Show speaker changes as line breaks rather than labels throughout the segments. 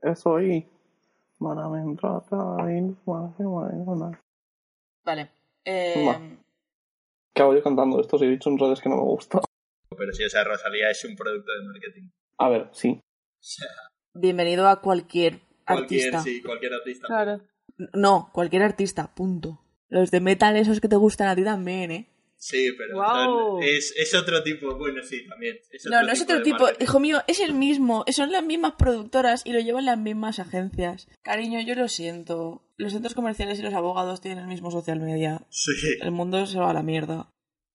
eso y malamente trata y malamente
Vale. Eh,
Que hago yo cantando esto si he dicho en redes que no me gusta.
Pero sí, o sea, Rosalía es un producto de marketing.
A ver, sí.
O sea,
bienvenido a cualquier
cualquier,
artista.
sí, cualquier artista.
Claro.
No, cualquier artista, punto. Los de metal, esos que te gustan a ti también, ¿eh?
Sí, pero
Guau.
no, es, es otro tipo, bueno, sí, también.
No, no es otro
de
tipo,
marketing.
hijo mío, es el mismo, son las mismas productoras y lo llevan las mismas agencias. Cariño, yo lo siento. Los centros comerciales y los abogados tienen el mismo social media.
Sí.
El mundo se va a la mierda.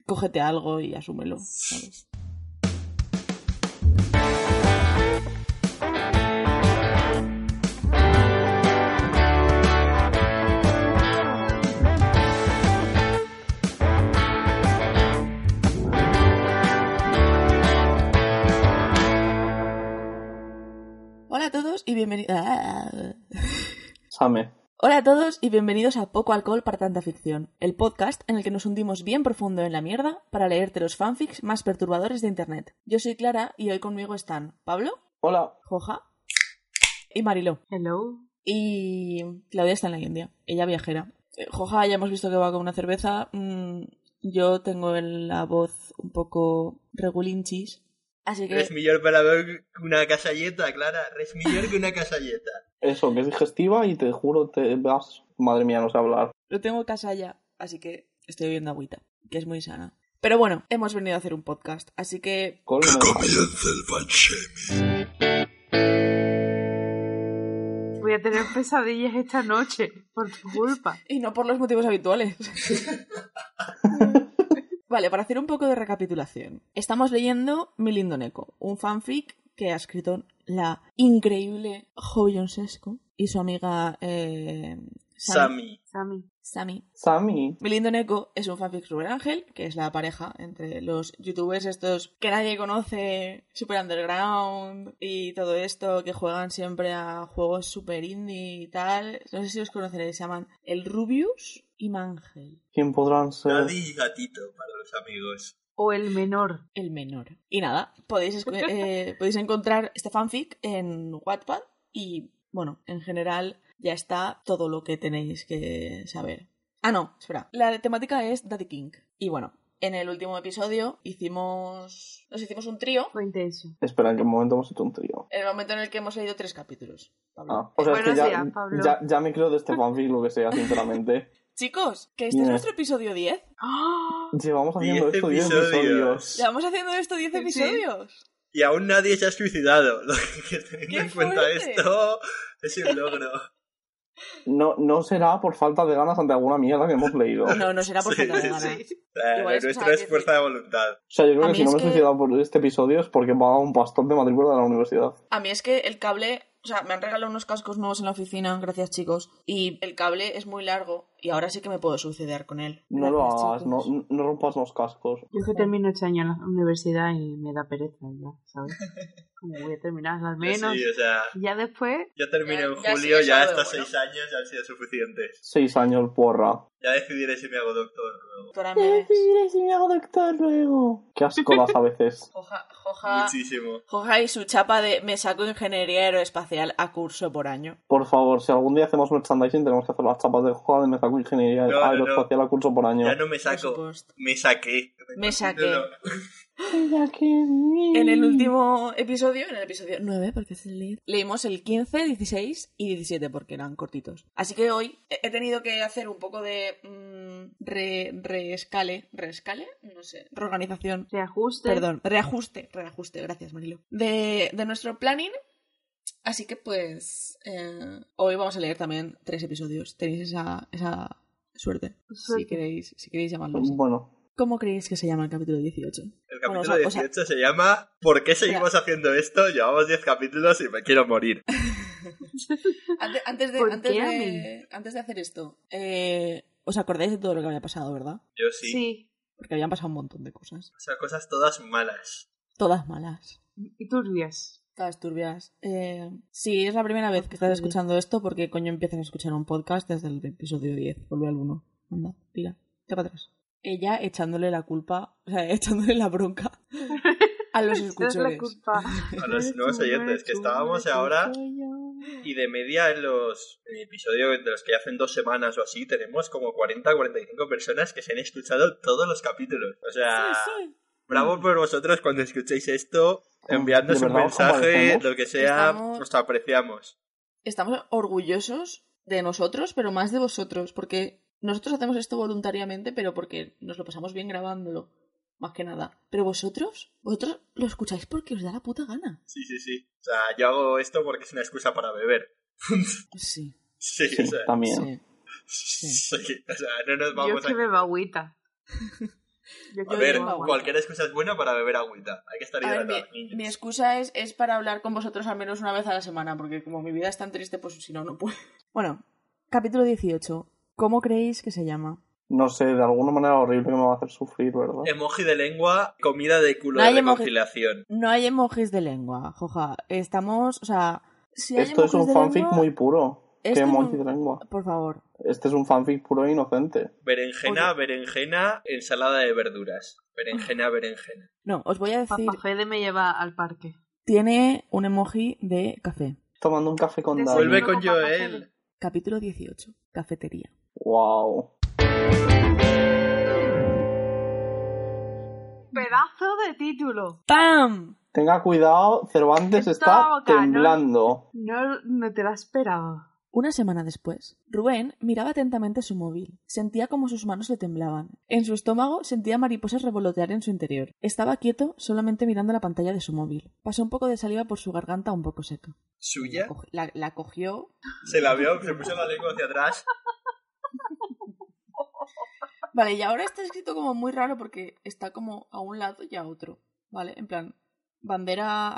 Cógete algo y asúmelo. ¿sabes? Hola a todos y bienvenidos.
Same.
Hola a todos y bienvenidos a Poco Alcohol para Tanta Ficción, el podcast en el que nos hundimos bien profundo en la mierda para leerte los fanfics más perturbadores de internet. Yo soy Clara y hoy conmigo están Pablo,
Hola.
Joja y Mariló.
Hello.
Y Claudia está en la India, ella viajera. Eh, Joja ya hemos visto que va con una cerveza. mm, yo tengo el- la voz un poco regulinchis. Así que
Es mejor para ver que una casalleta, Clara. Es mejor que una casalleta.
Eso, que es digestiva y te juro te vas... Madre mía, no sé hablar.
lo tengo casa ya, así que estoy bebiendo agüita, que es muy sana. Pero bueno, hemos venido a hacer un podcast, así que
Col-
Voy a tener pesadillas esta noche por tu culpa.
Y no por los motivos habituales. vale, para hacer un poco de recapitulación. Estamos leyendo Mi lindo Neko, un fanfic que ha escrito la increíble Jo Sesco y su amiga eh, Sam-
Sammy.
Sammy.
Sami.
Sami.
Mi lindo Neko es un fanfic sobre Ángel, que es la pareja entre los youtubers estos que nadie conoce, super underground y todo esto, que juegan siempre a juegos super indie y tal. No sé si los conoceréis, se llaman el Rubius y Mangel,
¿Quién podrán ser?
Daddy y gatito para los amigos.
O el menor.
el menor. Y nada, podéis, escu- eh, podéis encontrar este fanfic en Wattpad y, bueno, en general ya está todo lo que tenéis que saber. Ah, no, espera. La temática es Daddy King. Y bueno, en el último episodio hicimos. Nos hicimos un trío.
Fue intenso.
Espera, ¿en qué momento hemos hecho un trío?
En el momento en el que hemos leído tres capítulos. Pablo.
Ah, o sea, es que
Buenos
ya,
días, Pablo.
ya, ya me creo de este fanfic lo que sea, sinceramente.
Chicos, que este es
Bien.
nuestro episodio 10.
¡Ah!
Llevamos haciendo
Diez
esto 10
episodios.
episodios.
Llevamos haciendo esto 10
Sí.
episodios.
Y aún nadie se ha suicidado. Lo que teniendo
¡Qué
en cuenta
fuerte!
esto, es un logro.
No, no será por falta de ganas ante alguna mierda que hemos leído. O
No, no será por
Sí,
falta de
sí,
ganas.
Eh,
Igual es- o
nuestro
sea,
es
que-
fuerza de voluntad.
sea, yo
A
creo que
mí
si no
es
me he
que-
suicidado por este episodio es porque pagaba un pastón de matrícula de la universidad.
A mí es que el cable, o sea, me han regalado unos cascos nuevos en la oficina, gracias chicos, y el cable es muy largo y ahora sí que me puedo suicidar con él.
No lo
Gracias,
hagas, no,
pues chicos.
no rompas los cascos.
Yo es que termino este año en la universidad y me da pereza ya, ¿sabes? Como voy a terminar al menos.
Sí, o sea,
Y ya después,
yo terminé
Ya- ya
en
sí
julio,
es
ya
algo
estos
bueno.
seis años ya han sido suficientes.
Seis años, porra.
Ya decidiré si me hago doctor luego.
Doctora Meves,
si me hago doctor luego. Qué asco das a veces.
joja, joja,
Muchísimo.
joja y su chapa de me saco ingeniería aeroespacial a curso por año.
Por favor, si algún día hacemos merchandising, tenemos que hacer las chapas de joda de me saco ingeniería
No, no, no.
aeroespacial a curso por año.
Ya no me
por
saco.
supuesto.
Me saqué.
Me saqué.
No, no.
En el último episodio, en el episodio 9, porque es el lead, leímos el 15, 16 y 17 porque eran cortitos. Así que hoy he he tenido que hacer un poco de mm, re- reescale, reescale, no sé, reorganización
reajuste.
Perdón, reajuste, reajuste, gracias Marilo. De, de nuestro planning. Así que pues eh, hoy vamos a leer también tres episodios. Tenéis esa, esa suerte, si
Suerte.
queréis, si queréis llamarlo. así.
Bueno,
¿Cómo creéis que se llama el capítulo 18?
El
Bueno, o
capítulo
sea, o sea-
18 se llama ¿Por qué seguimos haciendo esto? Llevamos 10 capítulos y me quiero morir.
Ante- Antes, de,
¿Por
antes,
qué a
de,
mí?
antes de hacer esto, eh, ¿os acordáis de todo lo que había pasado, verdad?
Yo sí.
Sí.
Porque habían pasado un montón de cosas.
O sea, cosas todas malas.
Todas malas.
Y turbias.
Todas turbias. Eh, sí, es la primera vez que estás escuchando esto porque coño empiezas a escuchar un podcast desde el episodio 10. Vuelve al 1. Anda, tira, te para atrás. Ella echándole la culpa, o sea, echándole la bronca a los
Esta es la
escuchores.
culpa.
A los nuevos oyentes, que estábamos ahora y de media en los en el episodio de los que hacen dos semanas o así tenemos como 40 45 personas que se han escuchado todos los capítulos. O sea, bravo por vosotros cuando escuchéis esto,
Ah,
enviadnos
¿de
un
verdad os
mensaje,
compadecemos?
lo que sea,
Estamos-
os apreciamos.
Estamos orgullosos de nosotros, pero más de vosotros, porque nosotros hacemos esto voluntariamente, pero porque nos lo pasamos bien grabándolo, más que nada. Pero vosotros, vosotros lo escucháis porque os da la puta gana.
Sí, sí, sí. O sea, yo hago esto porque es una excusa para beber.
Sí,
Sí,
Sí,
o sea,
también.
sí.
sí, o sea, no nos
Yo
vamos
es que bebo agüita. Yo
a... A
que
ver,
bebo agua.
cualquier excusa es buena para beber agüita. Hay que estar
A ver,
hidratado.
mi, mi excusa es, es para hablar con vosotros al menos una vez a la semana, porque como mi vida es tan triste, pues si no, no puedo. Bueno, capítulo 18. ¿Cómo creéis que se llama?
No sé, de alguna manera horrible que me va a hacer sufrir, ¿verdad?
Emoji de lengua, comida de culo
No hay
de
emoji.
reconciliación.
No hay emojis de lengua, joja. Estamos, o sea... Si hay
Esto es
emojis
un
de
fanfic
lengua,
muy puro.
Esto
Qué
es un-
emoji de lengua.
Por favor,
Este es un fanfic puro e inocente.
Berenjena, berenjena, ensalada de verduras. Berenjena, berenjena.
No, os voy a decir,
Papá Fede me lleva al parque.
tiene un emoji de café.
Tomando un café con
Desayuno
Dani.
Vuelve con
con Papá
Joel.
Fede.
Capítulo 18, cafetería.
Wow.
Pedazo de título.
¡Pam!
Tenga cuidado, Cervantes
Esto,
está
cabrón.
temblando.
No, no te la esperaba.
Una semana después, Rubén miraba atentamente su móvil. Sentía como sus manos le temblaban. En su estómago sentía mariposas revolotear en su interior. Estaba quieto, solamente mirando la pantalla de su móvil. Pasó un poco de saliva por su garganta un poco seca. La,
¿Suya?
cogi- la- la cogió.
Se la vio, se puso la lengua hacia atrás.
Vale, y ahora está escrito como muy raro porque está como a un lado y a otro. ¿Vale? En plan, bandera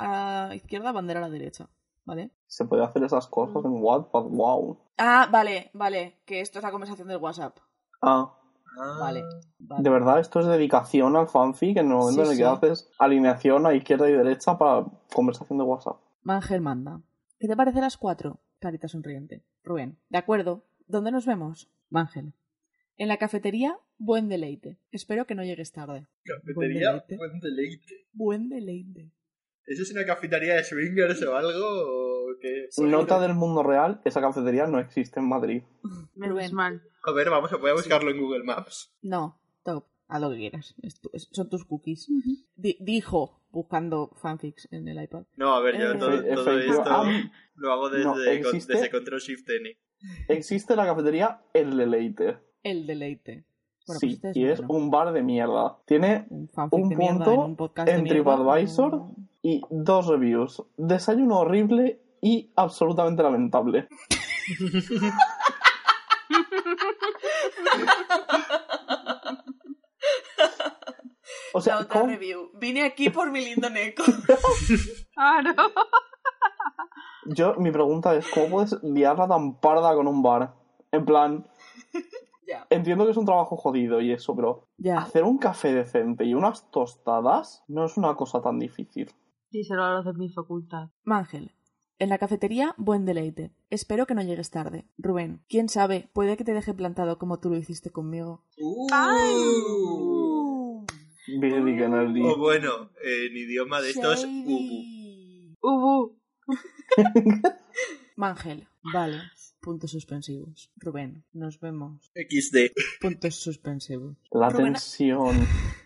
a la izquierda, bandera a la derecha. ¿Vale?
Se puede hacer esas cosas
Mm.
en Wattpad, wow.
Ah, vale, vale, que esto es la conversación del WhatsApp.
Ah,
Vale, vale.
de verdad, esto es dedicación al fanfic en el momento
Sí,
en el que
sí.
haces alineación a izquierda y derecha para conversación de WhatsApp.
Mangel manda. ¿Qué te parece las cuatro? Carita sonriente. Rubén. De acuerdo. ¿Dónde nos vemos? Mangel. En la cafetería, buen deleite. Espero que no llegues tarde.
Cafetería,
Buen deleite.
buen deleite.
Buen deleite.
¿Eso es una cafetería de swingers o algo? ¿O qué?
Nota del mundo real, esa cafetería no existe en Madrid.
Menos
Rubén.
mal.
A ver, vamos, voy a buscarlo en Google Maps.
No, top. Haz lo que quieras. Es tu- es- son tus cookies. Di- dijo, buscando fanfics en el iPad.
No, a ver,
Eh,
yo todo,
Efe-
todo
efectiva-
esto
Ah,
lo hago desde,
no,
con-
¿existe?
desde Control Shift N.
existe la cafetería El Deleite.
El deleite. Bueno,
sí,
pues este
y es
bueno,
un bar de mierda. Tiene
un fanfic
un
de mierda
punto
en un podcast de
en
mierda. Mm.
TripAdvisor. y dos reviews. Desayuno horrible y absolutamente lamentable. O sea,
La otra
¿cómo-
review. Vine aquí por mi lindo Neko.
Ah, no.
yo, mi pregunta es, ¿cómo puedes liarla tan parda con un bar? En plan,
ya.
entiendo que es un trabajo jodido y eso, pero
Ya.
hacer un café decente y unas tostadas no es una cosa tan difícil.
Díselo a los de mi facultad.
Mangel. En la cafetería, buen deleite. Espero que no llegues tarde. Rubén, quién sabe, puede que te deje plantado como tú lo hiciste conmigo.
Uh.
Big Dick Energy.
O bueno, en idioma de estos, ubu.
Shady.
Ubu.
Mangel. Vale. Puntos suspensivos. Rubén, nos vemos.
XD.
Puntos suspensivos.
La
Rubén-
tensión.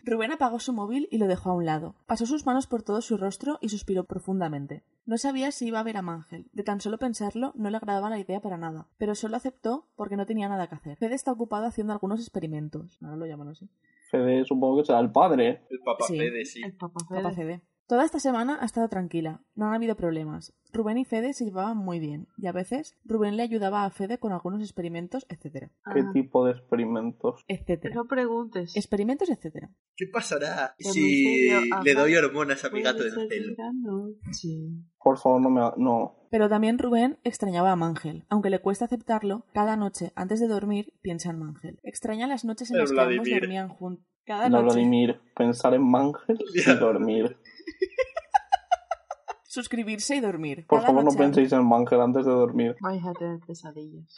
Rubén apagó su móvil y lo dejó a un lado. Pasó sus manos por todo su rostro y suspiró profundamente. No sabía si iba a ver a Mangel. De tan solo pensarlo, no le agradaba la idea para nada. Pero solo aceptó porque no tenía nada que hacer. Fede está ocupado haciendo algunos experimentos. Ahora lo llaman así.
Fede supongo que será el padre.
El papá
Sí.
Fede, sí.
El papá Fede.
Papá Fede. Toda esta semana ha estado tranquila, no han habido problemas. Rubén y Fede se llevaban muy bien, y a veces Rubén le ayudaba a Fede con algunos experimentos, etcétera.
Ah,
¿Qué tipo de experimentos?
Etcétera.
No preguntes.
Experimentos, etcétera.
¿Qué pasará
Por
si
misterio, Pues ajá.
le doy hormonas a mi
Puede
gato del
ser
pelo?
la noche.
Por favor, no me... ha- No.
Pero también Rubén extrañaba a Mangel. Aunque le cuesta aceptarlo, cada noche, antes de dormir, piensa en Mangel. Extraña las noches en
El
las que ambos
Vladimir.
dormían juntos. Cada
No,
noche.
Vladimir, pensar en Mangel y
Ya.
dormir.
Suscribirse y dormir.
Por
Cada
favor, no
noche antes.
penséis en Mangel antes de dormir.
Vais a tener pesadillas.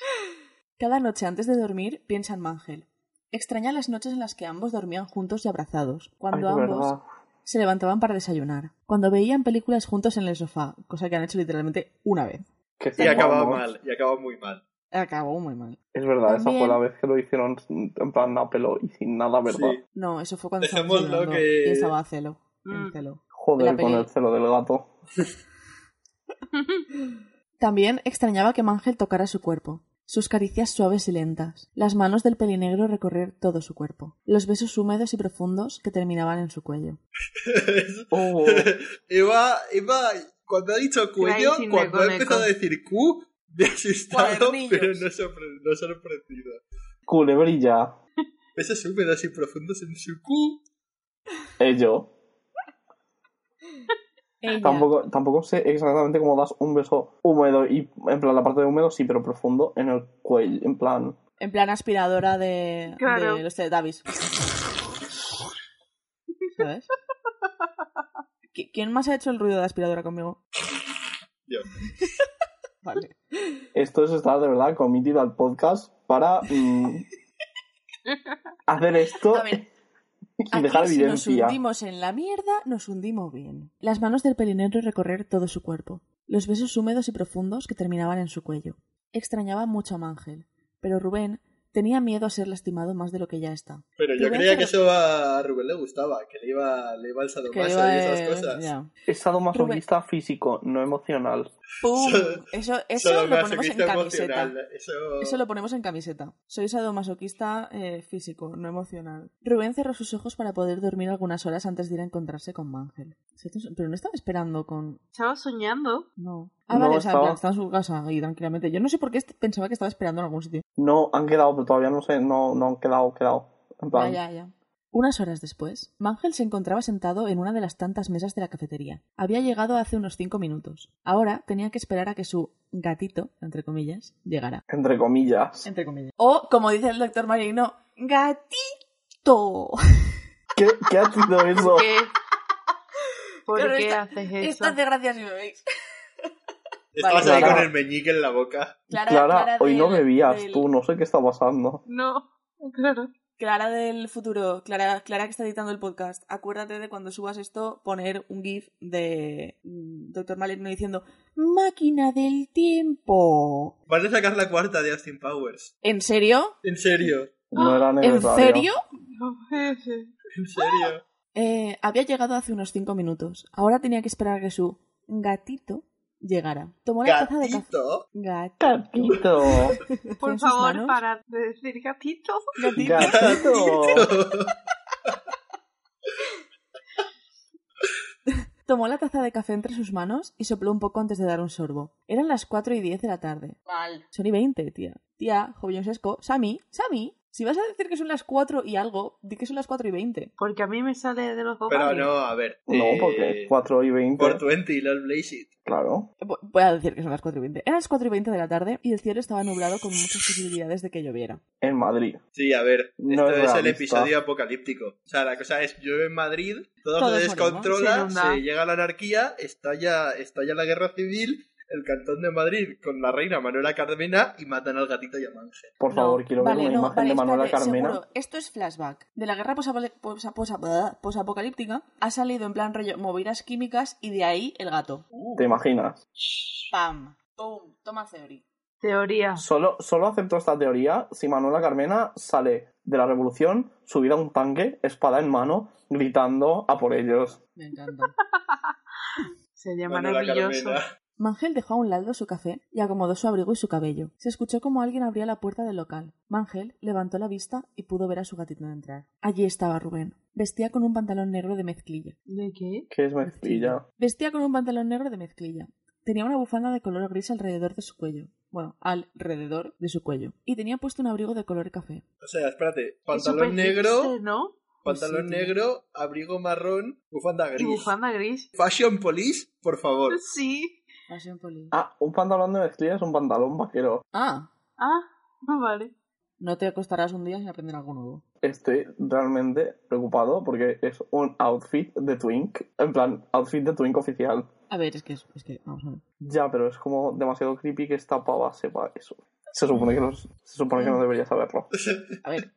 Cada noche antes de dormir piensa en Mangel. Extraña las noches en las que ambos dormían juntos y abrazados,
Ay,
cuando
de
ambos
verdad.
se levantaban para desayunar, cuando veían películas juntos en el sofá, cosa que han hecho literalmente una vez.
Que
Y acaba
sepamos.
mal, y acaba muy mal.
Acabó muy mal.
Es verdad, esa fue
También-
la vez que lo hicieron en plan a pelo y sin nada, ¿verdad?
Sí.
No, eso fue cuando
Dejémoslo
estaban celebrando
que-
y estaba Celo. en
Mm.
Celo.
Joder,
La
con
pegué.
el celo del gato.
También extrañaba que Mangel tocara su cuerpo, sus caricias suaves y lentas, las manos del pelinegro recorrer todo su cuerpo, los besos húmedos y profundos que terminaban en su cuello.
Oh,
Iba, iba, cuando ha dicho cuello,
Crazy
cuando ha
Neko
empezado a decir Q, me ha asustado,
Cuadernillos.
pero no, sorpre- no sorprendido.
culebrilla.
Besos húmedos y profundos en su Q.
Ello.
Ella,
Tampoco, tampoco sé exactamente cómo das un beso húmedo y, en plan, la parte de húmedo sí, pero profundo en el cuello, en plan.
en plan aspiradora de,
Claro.
de los Teletubbies. ¿Sabes? ¿Qui- ¿Quién más ha hecho el ruido de aspiradora conmigo?
Yo.
Vale.
Esto es estar de verdad committed al podcast para mm, hacer esto
A ver,
y
Aquí,
dejar
si nos
evidencia.
hundimos en la mierda, nos hundimos bien. Las manos del pelinero recorrer todo su cuerpo, los besos húmedos y profundos que terminaban en su cuello. Extrañaba mucho a Mangel, pero Rubén tenía miedo a ser lastimado más de lo que ya está.
Pero yo
Rubén
creía
se
que
re-
eso a Rubén le gustaba, que le iba, le iba al
que
sadomaso
iba,
y esas
eh,
cosas.
ya.
Es sadomasoquista físico, no emocional.
¡Pum!
Solo-
Eso, eso lo ponemos en
Sadomasoquista
camiseta.
emocional, Eso...
Eso lo ponemos en camiseta. Soy sadomasoquista eh, físico, no emocional. Rubén cerró sus ojos para poder dormir algunas horas antes de ir a encontrarse con Mangel. Pero no estaba esperando con,
Estaba soñando.
No. Ah,
No,
vale, o sea, en
estaba-
plan, está en su casa ahí tranquilamente. Yo no sé por qué est- pensaba que estaba esperando en algún sitio.
No, han quedado, pero todavía no sé, no, no han quedado, quedado. En plan,
Ya, ya, ya. Unas horas después, Mangel se encontraba sentado en una de las tantas mesas de la cafetería. Había llegado hace unos cinco minutos. Ahora tenía que esperar a que su gatito, entre comillas, llegara.
entre comillas.
Entre comillas. O, como dice el doctor Marino, gatito.
¿Qué, qué ha sido eso?
¿Por qué? ¿Por
Claro,
qué
esta-
haces eso?
Estas desgracias si me veis.
Estabas
Vale,
ahí
Clara.
con el meñique en la boca.
Clara,
Clara,
Clara
hoy no
del-
bebías
del-
tú, no sé qué está pasando.
No, claro.
Clara del futuro, Clara, Clara que está editando el podcast, acuérdate de cuando subas esto poner un GIF de mm, Doctor Maligno diciendo Máquina del tiempo.
Van a sacar la cuarta de Austin Powers.
¿En serio?
En serio,
No era
Ah, ¿En
necesario.
serio?
No puede ser.
en serio.
Eh, había llegado hace unos cinco minutos. Ahora tenía que esperar a que su gatito llegara. Tomó la taza de café.
Gatito.
Gatito.
Gatito,
en
Por
sus
favor,
manos.
parad de decir gatito.
Gatito.
gatito.
Tomó la taza de café entre sus manos y sopló un poco antes de dar un sorbo. Eran las 4 y 10 de la tarde.
Mal.
Son y 20, tía. Tía, Jovion Sesco, Sami, Sami. Si vas a decir que son las 4 y algo, di que son las 4 y 20.
Porque a mí me sale de los dos
Pero
lados.
no, a ver.
No,
eh,
porque 4 y 20,
420, LOL Blaze It.
claro.
Eh, Vo- Voy a decir que son las 4 y 20. Eran las 4 y 20 de la tarde y el cielo estaba nublado con muchas posibilidades de que lloviera.
En Madrid.
Sí, a ver.
No
esto
es
es, el
realista.
episodio apocalíptico. O sea, la cosa es: llueve en Madrid, todo
Todos
se
morimos,
se
descontrola,
inunda.
se llega la anarquía, estalla, estalla la guerra civil, el cantón de Madrid con la reina Manuela Carmena y matan al gatito y a Mangel.
Por
No,
favor, quiero ver
vale,
una
no,
imagen
vale,
de Manuela
espérate,
Carmena.
seguro, esto es flashback. De la guerra posapole- posa- posa- posapocalíptica ha salido en plan rollo movidas químicas y de ahí el gato.
¿Te imaginas?
¡Pam! ¡Pum! Toma theory. Ah.
Teoría.
Solo, solo acepto esta teoría si Manuela Carmena sale de la revolución, subida a un tanque, espada en mano, gritando a por ellos.
Me encanta.
Sería
Manuela
maravilloso.
Carmena.
Mangel dejó a un lado su café y acomodó su abrigo y su cabello. Se escuchó como alguien abría la puerta del local. Mangel levantó la vista y pudo ver a su gatito entrar. Allí estaba Rubén. Vestía con un pantalón negro de mezclilla.
¿De qué?
Que es mezclilla.
Vestía con un pantalón negro de mezclilla. Tenía una bufanda de color gris alrededor de su cuello. Bueno, alrededor de su cuello. Y tenía puesto un abrigo de color café.
O sea, espérate.
Es súper
Pantalón negro,
triste, ¿no?
Pues sí,
pantalón
tío.
negro, abrigo marrón, bufanda
Y
gris.
bufanda gris.
Fashion Police, por favor.
Sí.
Pasión poli.
Ah, un pantalón de mezclilla es un pantalón vaquero.
Ah,
Ah, vale.
no te acostarás un día sin aprender algo nuevo.
Estoy realmente preocupado porque es un outfit de Twink. En plan, outfit de Twink oficial.
A ver, es que, es es que vamos a ver.
Ya, pero es como demasiado creepy que esta pava sepa eso. Se supone que, los- se supone que
Mm.
no debería saberlo.
A ver,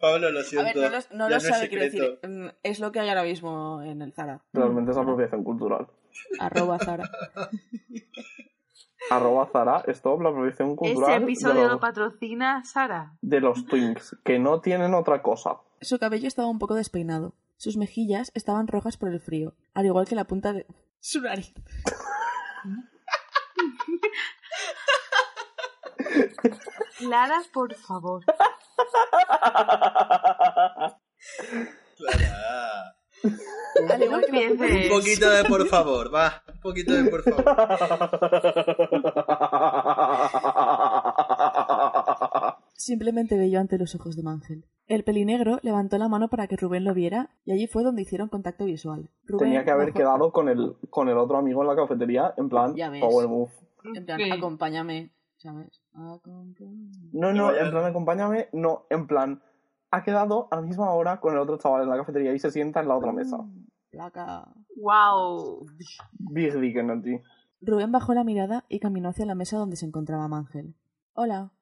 Pablo, lo
a
siento.
ver no lo, no
ya
lo
no es
sabe, quiero
secreto.
decir. mm, Es lo que hay ahora mismo en el Zara.
Realmente es apropiación cultural.
Arroba Zara.
Arroba Zara, esto la apropiación
Este
cultural
episodio
de,
lo
los,
patrocina Sara.
de los Twinks, que no tienen otra cosa.
Su cabello estaba un poco despeinado. Sus mejillas estaban rojas por el frío, al igual que la punta de su nariz.
Lara, por favor.
Clara.
Al igual
No
que la punta de-
Un
empieces.
poquito de por favor, va. Un poquito de por favor.
Simplemente brilló ante los ojos de Mangel. El pelinegro levantó la mano para que Rubén lo viera y allí fue donde hicieron contacto visual. Rubén
Tenía que haber
bajó-
quedado con el, con el otro amigo en la cafetería, en plan,
Ya ves.
power move.
En plan,
Sí.
acompáñame, ¿sabes? Acompáñame.
No, no,
Vaya.
en plan, acompáñame, no, en plan, ha quedado a la misma hora con el otro chaval en la cafetería y se sienta en la otra mesa.
Placa.
Wow.
Big Dick Energy.
Rubén bajó la mirada y caminó hacia la mesa donde se encontraba Mangel. Hola,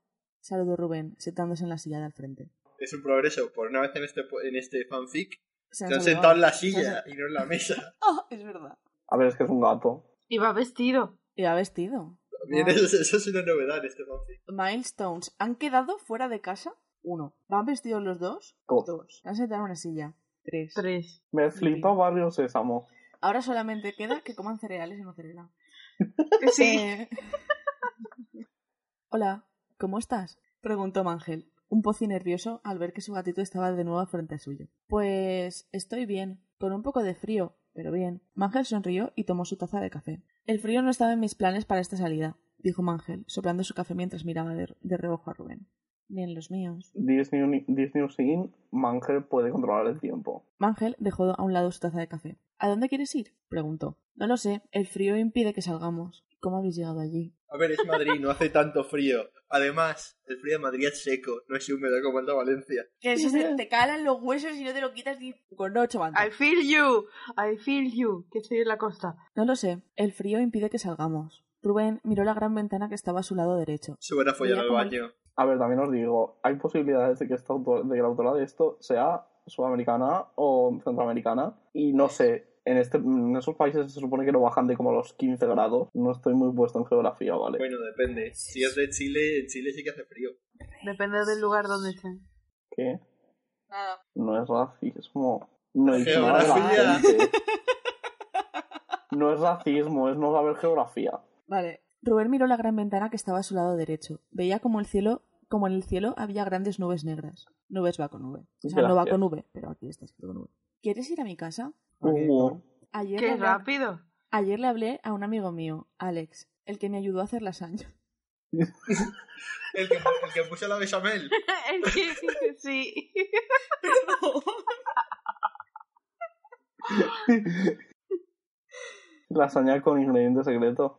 saludó Rubén, sentándose en la silla del frente.
Es un progreso. Por una vez en este, en este fanfic,
Se
se
han
han
saludado.
sentado en la
Se
silla
han-
y no en la mesa.
Ah, es verdad.
A ver, es que es un gato.
Iba vestido.
Y va vestido.
Bien,
Wow.
eso, eso es una novedad en este fanfic.
Milestones. ¿Han quedado fuera de casa? Uno. ¿Van vestidos los dos?
Dos.
Se han sentado en una silla. Tres.
Tres.
Me flipa Barrio Sésamo.
Ahora solamente queda que coman cereales y no cereal. Eh. Hola, ¿cómo estás? Preguntó Mangel, un poco nervioso al ver que su gatito estaba de nuevo frente a suyo. Pues estoy bien, con un poco de frío, pero bien. Mangel sonrió y tomó su taza de café. El frío no estaba en mis planes para esta salida, dijo Mangel, soplando su café mientras miraba de, de reojo a Rubén. Ni en los míos.
Disney, Uni- Disney Sin, Mangel puede controlar el tiempo.
Mangel dejó a un lado su taza de café. ¿A dónde quieres ir? preguntó. No lo sé, el frío impide que salgamos. ¿Cómo habéis llegado allí?
A ver, es Madrid, no hace tanto frío. Además, el frío de Madrid es seco, no es húmedo como el de Valencia.
Que eso se te calan los huesos y no te lo quitas ni con ocho bandas.
I feel you. I feel you. Que estoy en la costa.
No lo sé, el frío impide que salgamos. Rubén miró la gran ventana que estaba a su lado derecho.
Se van a follar
Mira
al
cómo-
baño.
A ver, también os digo, hay posibilidades de que, esta autor- de que la autora de esto sea sudamericana o centroamericana. Y no sé, en, este, en esos países se supone que no bajan de como los 15 grados. No estoy muy puesto en geografía, ¿vale?
Bueno, depende. Si es de Chile, en Chile sí que hace frío.
Depende del lugar donde estén.
¿Qué? No es racismo. No es
Geografía.
No es racismo, es no saber geografía.
Vale. Rubén miró la gran ventana que estaba a su lado derecho. Veía como el cielo, como en el cielo había grandes nubes negras. Nubes va con nube. O sea, no va
Gracias.
con nube, pero aquí está escrito con nube. ¿Quieres ir a mi casa?
Hugo,
Ayer le
Uh. Qué
hablé-
rápido.
ayer le hablé a un amigo mío, Alex, el que me ayudó a hacer lasaña.
El que, el que puso la bechamel.
El que sí.
lasaña con ingrediente secreto.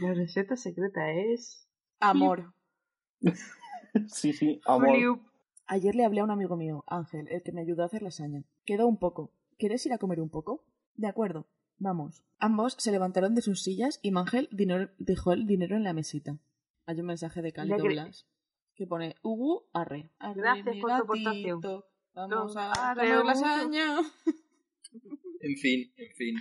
La receta secreta es.
Amor.
Sí, sí, amor.
Fliu.
Ayer le hablé a un amigo mío, Ángel, el que me ayudó a hacer lasaña. Quedó un poco. ¿Quieres ir a comer un poco? De acuerdo. Vamos. Ambos se levantaron de sus sillas y Mangel dinero- dejó el dinero en la mesita. Hay un mensaje de Cali
Ya que-
Blas que pone Ugu arre. Arre,
Gracias
mi
por tu
gatito.
aportación.
Vamos a
Arre,
comer
Ugu.
lasaña.
En fin, en fin.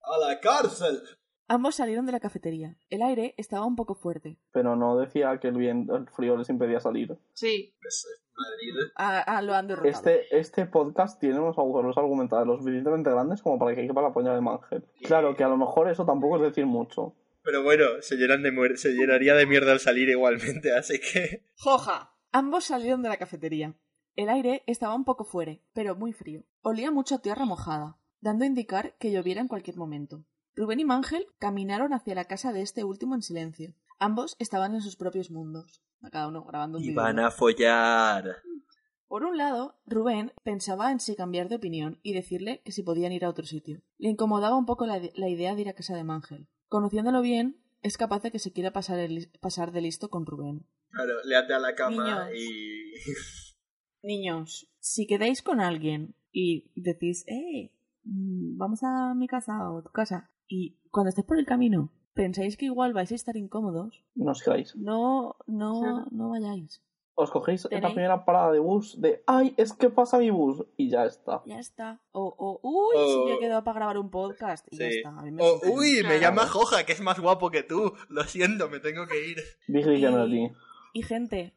¡A la cárcel!
Ambos salieron de la cafetería. El aire estaba un poco fuerte.
Pero no decía que el, bien, el frío les impedía salir.
Sí.
Pues, eh, Madrid.
Ah, ah, lo han derrotado.
Este, este podcast tiene unos agujeros argumentales lo suficientemente grandes como para que quepa la poña de Mangel. Claro que a lo mejor eso tampoco es decir mucho.
Pero bueno, se, llenan de muer- se llenaría de mierda al salir igualmente, así que.
¡Joja! Ambos salieron de la cafetería. El aire estaba un poco fuera, pero muy frío. Olía mucho a tierra mojada, dando a indicar que lloviera en cualquier momento. Rubén y Mangel caminaron hacia la casa de este último en silencio. Ambos estaban en sus propios mundos, a cada uno grabando un vídeo.
follar.
Por un lado, Rubén pensaba en si cambiar de opinión y decirle que si podían ir a otro sitio. Le incomodaba un poco la, la idea de ir a casa de Mangel. Conociéndolo bien, es capaz de que se quiera pasar, el- pasar de listo con Rubén.
Claro, le ate a la cama
Niños.
y.
Niños, si quedáis con alguien y decís, eh, mm, vamos a mi casa o tu casa, y cuando estéis por el camino pensáis que igual vais a estar incómodos,
No os quedáis.
no, no,
Claro.
no vayáis.
Os cogéis en la
Tenéis-
primera parada de bus de ¡Ay, es que pasa mi bus! Y ya está.
Ya está. O, o uy, si yo he
O-
quedado para grabar un podcast. Y ya
Sí.
está. A mí me
O,
sorprende.
uy, me
Claro.
llama Joja, que es más guapo que tú. Lo siento, me tengo que ir.
Big Dick
Y-
Energy.
Y gente,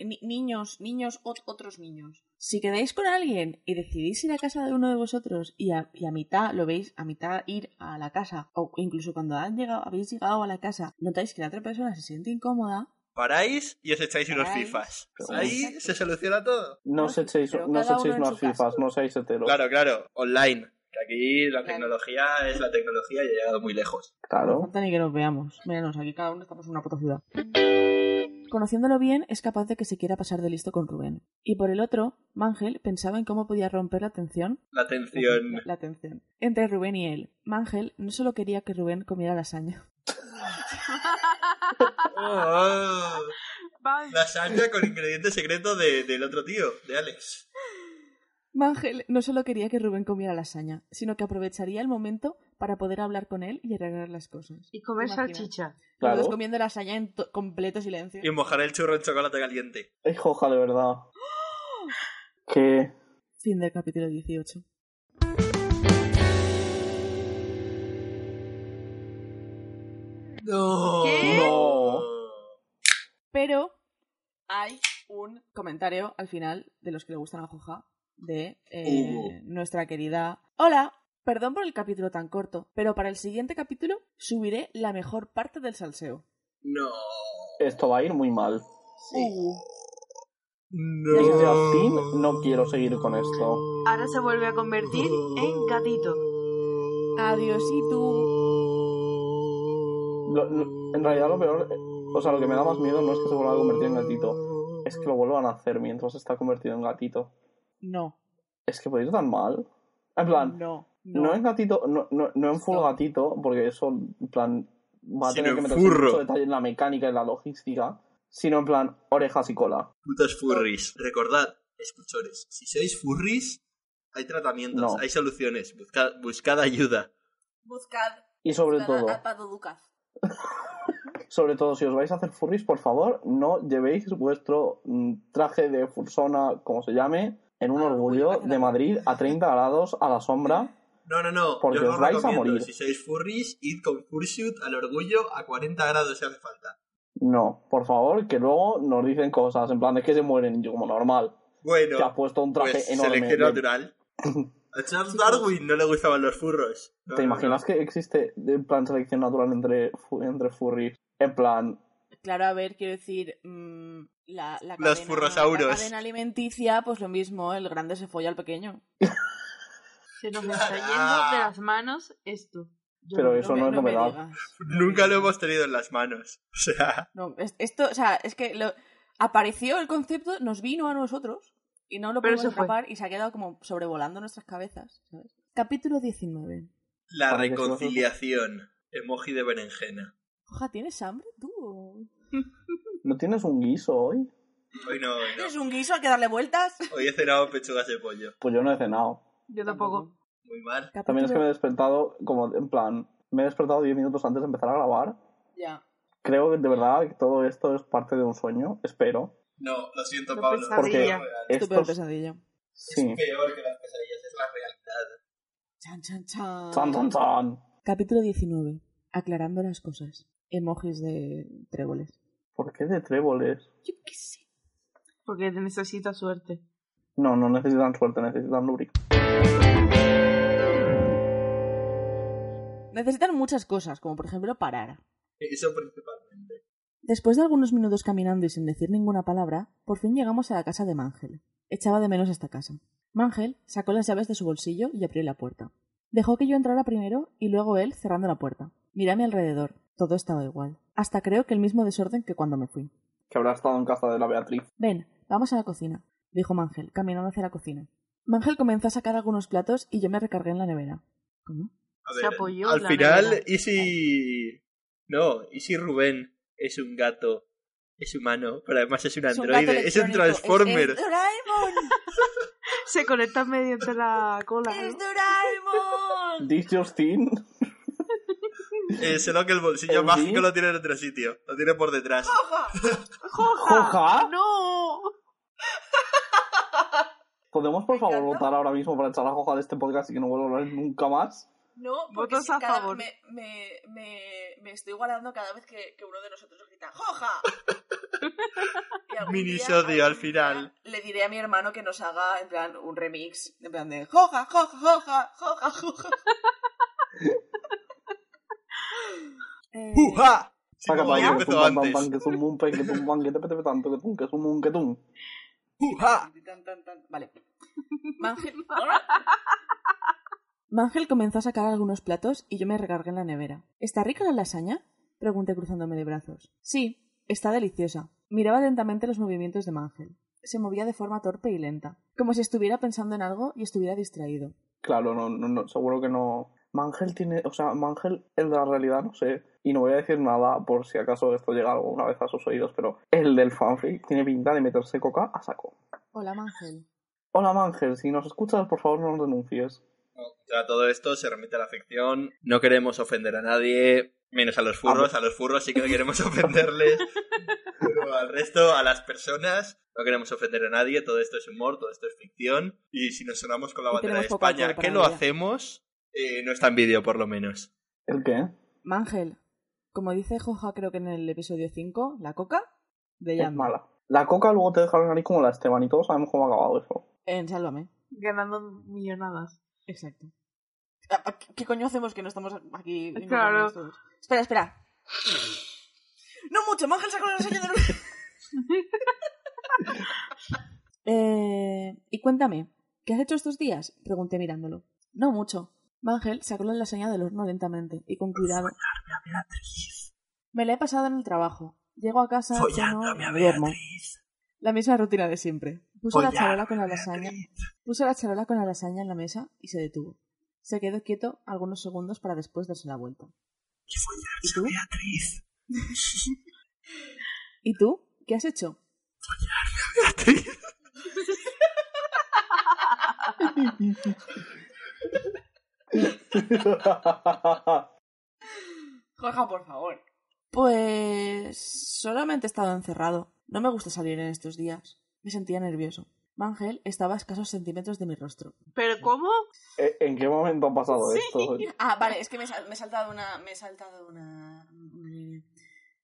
ni- niños, niños, ot- otros niños. Si quedáis con alguien y decidís ir a casa de uno de vosotros y a, y a mitad lo veis, a mitad ir a la casa, o incluso cuando han llegado, habéis llegado a la casa, notáis que la otra persona se siente incómoda,
Paráis y os echáis unos
Paráis.
fifas.
Sí,
Ahí
exacto.
se soluciona todo.
No os
sí,
echéis,
pero
no os
cada uno
echéis
en
unas
su casa.
fifas, no seáis heteros.
Claro, claro, online. Que aquí la
Claro.
tecnología es la tecnología y ha llegado muy lejos.
No
Claro.
falta ni que nos veamos. Míranos, aquí cada uno estamos en una puta ciudad. Conociéndolo bien, es capaz de que se quiera pasar de listo con Rubén. Y por el otro, Mangel pensaba en cómo podía romper la tensión
La tensión.
La, la tensión. Entre Rubén y él, Mangel no solo quería que Rubén comiera lasaña.
Oh,
Vale.
lasaña con ingrediente secreto de- del otro tío, de Alex.
Mangel no solo quería que Rubén comiera lasaña, sino que aprovecharía el momento para poder hablar con él y arreglar las cosas.
Y comer
Imagina.
salchicha.
Los
Claro.
dos comiendo lasaña en to- completo silencio.
Y mojar el churro en chocolate caliente.
Ay, joja, de verdad. Que
Fin del capítulo 18.
No.
¿Qué?
No.
Pero hay un comentario al final de los que le gustan a Joja de eh,
Uh.
nuestra querida. Hola, perdón por el capítulo tan corto, pero para el siguiente capítulo subiré la mejor parte del salseo.
No.
esto va a ir muy mal.
Uh.
No.
Dice Austin, no quiero seguir con esto.
Ahora se vuelve a convertir en gatito.
Adiosito.
Lo- lo- en realidad lo peor, eh, o sea, lo que me da más miedo no es que se vuelva a convertir en gatito, es que lo vuelvan a hacer mientras está convertido en gatito.
No,
Es que podéis tan mal. En plan,
no,
no, eh?
no.
en gatito, no, no, no en full
Stop.
gatito, porque eso, en plan, va a
Sino
tener que
en
meterse
furro.
mucho detalle en la mecánica y la logística, sino en plan, orejas y cola.
Putos furries. Recordad, escuchores, si sois furries, hay tratamientos,
No.
hay soluciones. Buscad, buscad ayuda.
Buscad,
Y sobre todo,
Pado Ducas.
sobre todo, si os vais a hacer furries, por favor, no llevéis vuestro mm, traje de fursona, como se llame, en un
Ah,
orgullo
orgullo,
de Madrid a 30 grados a la sombra.
No, no, no.
Porque
yo
os vais a
recomiendo,
morir.
Si sois furries, id con fursuit al orgullo a 40 grados si hace falta.
No, por favor, que luego nos dicen cosas en plan de que se mueren. Y yo, como normal,
Bueno,
te has puesto un traje
pues
enorme.
selección
de-
natural. A Charles Darwin no le gustaban los furros. No,
¿Te
no,
imaginas que existe en plan selección natural entre, fu- entre furries? En plan,
Claro, a ver, quiero decir, mm, la, la
Los
cadena,
furrosauros.
la cadena alimenticia, pues lo mismo, el grande se folla al pequeño.
Se nos está yendo de las manos esto. Yo
Pero
no
eso
creo
no es
me
novedad.
digas.
no. Nunca lo hemos tenido en las manos. O sea,
No, es- esto, o sea, es que lo- apareció el concepto, nos vino a nosotros y no lo
Pero
podemos
se fue.
escapar y se ha quedado como sobrevolando nuestras cabezas. ¿sabes? Capítulo 19.
la
Para que se lo-
reconciliación. Emoji de berenjena.
Oja, ¿tienes hambre tú?
¿no tienes un guiso hoy?
Hoy no, hoy no.
¿Tienes un guiso? ¿Hay que darle vueltas?
Hoy he cenado pechugas de pollo.
Pues yo no he cenado.
Yo tampoco.
Muy mal.
Capítulo...
También es que me he despertado, como en plan, me he despertado 10 minutos antes de empezar a grabar.
Ya.
Creo que de verdad que todo esto es parte de un sueño, espero.
No, lo siento,
Qué
Pablo.
pesadilla.
no es real.
Es tu peor
Estos,
pesadilla.
sí.
Es peor que las pesadillas, es la realidad.
Chan, chan, chan.
Tan, tan, tan.
Capítulo 19. Aclarando las cosas. Emojis de tréboles.
¿Por qué de tréboles?
Yo qué sé.
Porque necesita suerte.
No, no necesitan suerte, necesitan lubric.
Necesitan muchas cosas, como por ejemplo parar.
Eso principalmente.
Después de algunos minutos caminando y sin decir ninguna palabra, por fin llegamos a la casa de Mangel. Echaba de menos esta casa. Mangel sacó las llaves de su bolsillo y abrió la puerta. Dejó que yo entrara primero y luego él cerrando la puerta. Miré a mi alrededor. Todo estaba igual. Hasta creo que el mismo desorden que cuando me fui.
Que habrá estado en casa de la Beatriz.
Ven, vamos a la cocina. dijo Mangel, caminando hacia la cocina. Mangel comenzó a sacar algunos platos y yo me recargué en la nevera. ¿Cómo?
A
Se
ver,
apoyó
al
la
final,
nevera.
¿y si. No, ¿y si Rubén es un gato? Es humano, pero además es un
Es un
androide,
gato
es un
electrónico, ¡Es,
transformer.
es Doraemon!
Se conectan mediante la cola. ¿no?
¡Es Doraemon!
This Justin.
Eh, solo que el bolsillo
¿El
mágico
Wii?
lo tiene en otro sitio, lo tiene por detrás.
¡Joja!
¿Joja?
¡No!
¿Podemos por favor
encanta.
votar ahora mismo para echar la hoja de este podcast y que no vuelva a hablar nunca más?
No, porque
Votos
si
a
cada-
favor.
Me, me, me, me estoy igualando cada vez que, que uno de nosotros grita ¡Joja! Y algún
Minisodio
día-
al final.
día Le diré a mi hermano que nos haga en plan un remix en plan de ¡Joja, joja, joja, joja, joja! Eh,
¡Juja! Sí,
Saca
como
pa'
yo
ahí, que
empezó
tum, pam, pam,
antes.
pam, que zum, bum, pen, que tum, pam, que te pete, tanto, que tum, que zum, bum, que tum.
¡Juja!
tan, tan, tan. Vale. Mangel... Mangel comenzó a sacar algunos platos y yo me recargué en la nevera. ¿Está rica la lasaña? Pregunté cruzándome de brazos. Sí, está deliciosa. Miraba atentamente los movimientos de Mangel. Se movía de forma torpe y lenta, como si estuviera pensando en algo y estuviera distraído.
Claro, no, no, no, seguro que no. Mangel tiene, o sea, Mangel, el de la realidad, no sé, y no voy a decir nada por si acaso esto llega alguna vez a sus oídos, pero el del fanfic tiene pinta de meterse coca a saco.
Hola, Mangel.
Hola Mangel, si nos escuchas, por favor no nos denuncies.
O sea, todo esto se remite a la ficción. No queremos ofender a nadie, menos a los furros. A los furros sí que no queremos ofenderles. Pero al resto, a las personas, no queremos ofender a nadie. Todo esto es humor, todo esto es ficción. Y si nos sonamos con la
Y
bandera de
tenemos poco
España,
alcohol
que
para
lo
Navidad.
hacemos, eh, no está en vídeo, por lo menos.
¿El qué?
Mangel, como dice Joja creo que en el episodio 5, la coca de
Es
Jan
mala. La coca luego te deja la nariz como la Esteban y todos sabemos cómo ha acabado eso.
en Sálvame.
Ganando millonadas.
Exacto. Ah, ah, ¿Qué coño hacemos que no estamos aquí? inventándonos
Claro.
todos? Espera, espera. No mucho, Mangel sacó la reseña de eh, Y cuéntame, ¿qué has hecho estos días? Pregunté mirándolo. No mucho. Mangel sacó la lasaña del horno lentamente y con cuidado. Me la he pasado en el trabajo. Llego a casa, ceno y duermo. La misma rutina de siempre. Puso la charola con la lasaña. Puso la charola con la lasaña en la mesa y se detuvo. Se quedó quieto algunos segundos para después darse la vuelta. ¿Y tú? ¿Y tú? ¿Qué has hecho? Jorge, por favor. Pues solamente he estado encerrado. No me gusta salir en estos días. Me sentía nervioso. Mangel estaba a escasos centímetros de mi rostro.
¿Pero cómo?
¿E- ¿En qué momento ha pasado esto?
Ah, vale, es que me, he sal- me he saltado una. Me he saltado una. una línea.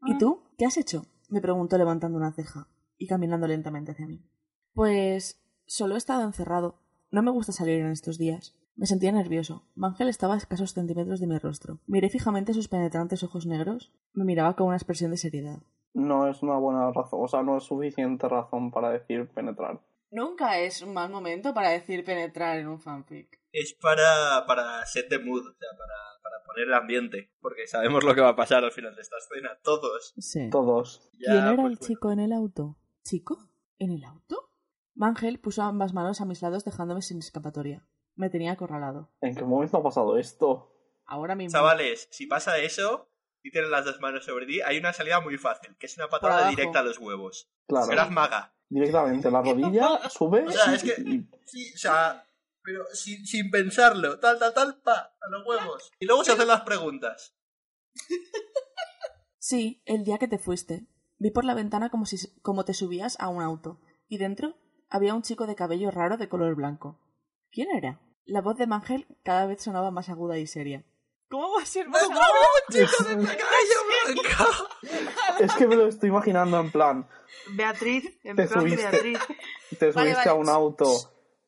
¿Y tú? ¿Qué has hecho? Me preguntó levantando una ceja y caminando lentamente hacia mí. Pues solo he estado encerrado. No me gusta salir en estos días. Me sentía nervioso. Mangel estaba a escasos centímetros de mi rostro. Miré fijamente sus penetrantes ojos negros. Me miraba con una expresión de seriedad.
No es una buena razón, o sea, no es suficiente razón para decir penetrar.
Nunca es un mal momento para decir penetrar en un fanfic.
Es para, para set the mood, o sea, para, para poner el ambiente. Porque sabemos lo que va a pasar al final de esta escena. Todos.
Sí.
Todos.
Ya,
¿Quién era
pues,
el chico en el auto? ¿Chico? ¿En el auto? Mangel puso ambas manos a mis lados dejándome sin escapatoria. Me tenía acorralado.
¿En qué momento ha pasado esto?
Ahora mismo.
Chavales, si pasa eso y tienes las dos manos sobre ti, hay una salida muy fácil, que es una patada
abajo.
directa a los huevos.
Claro,
Serás maga.
directamente la rodilla sube
O sea,
y-
es que-
y-
Sí, o sea, pero sin, sin pensarlo. Tal, tal, tal, pa, a los huevos. Y luego se hacen las preguntas.
Sí, el día que te fuiste. Vi por la ventana como, si, como te subías a un auto. Y dentro había un chico de cabello raro de color blanco. ¿Quién era? La voz de Mangel cada vez sonaba más aguda y seria. ¿Cómo va a ser más aguda?
es que me lo estoy imaginando en plan,
Beatriz, en
Te
plan
subiste.
Beatriz.
te subiste
Vale, vale.
a un auto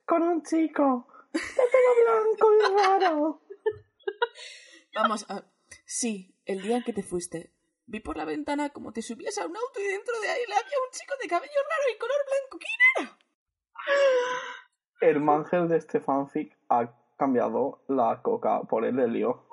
con un chico de pelo blanco y raro.
Vamos a... Sí, el día en que te fuiste. Vi por la ventana como te subías a un auto y dentro de ahí había un chico de cabello raro y color blanco. ¿Quién
El mangel de este fanfic ha cambiado la coca por el helio.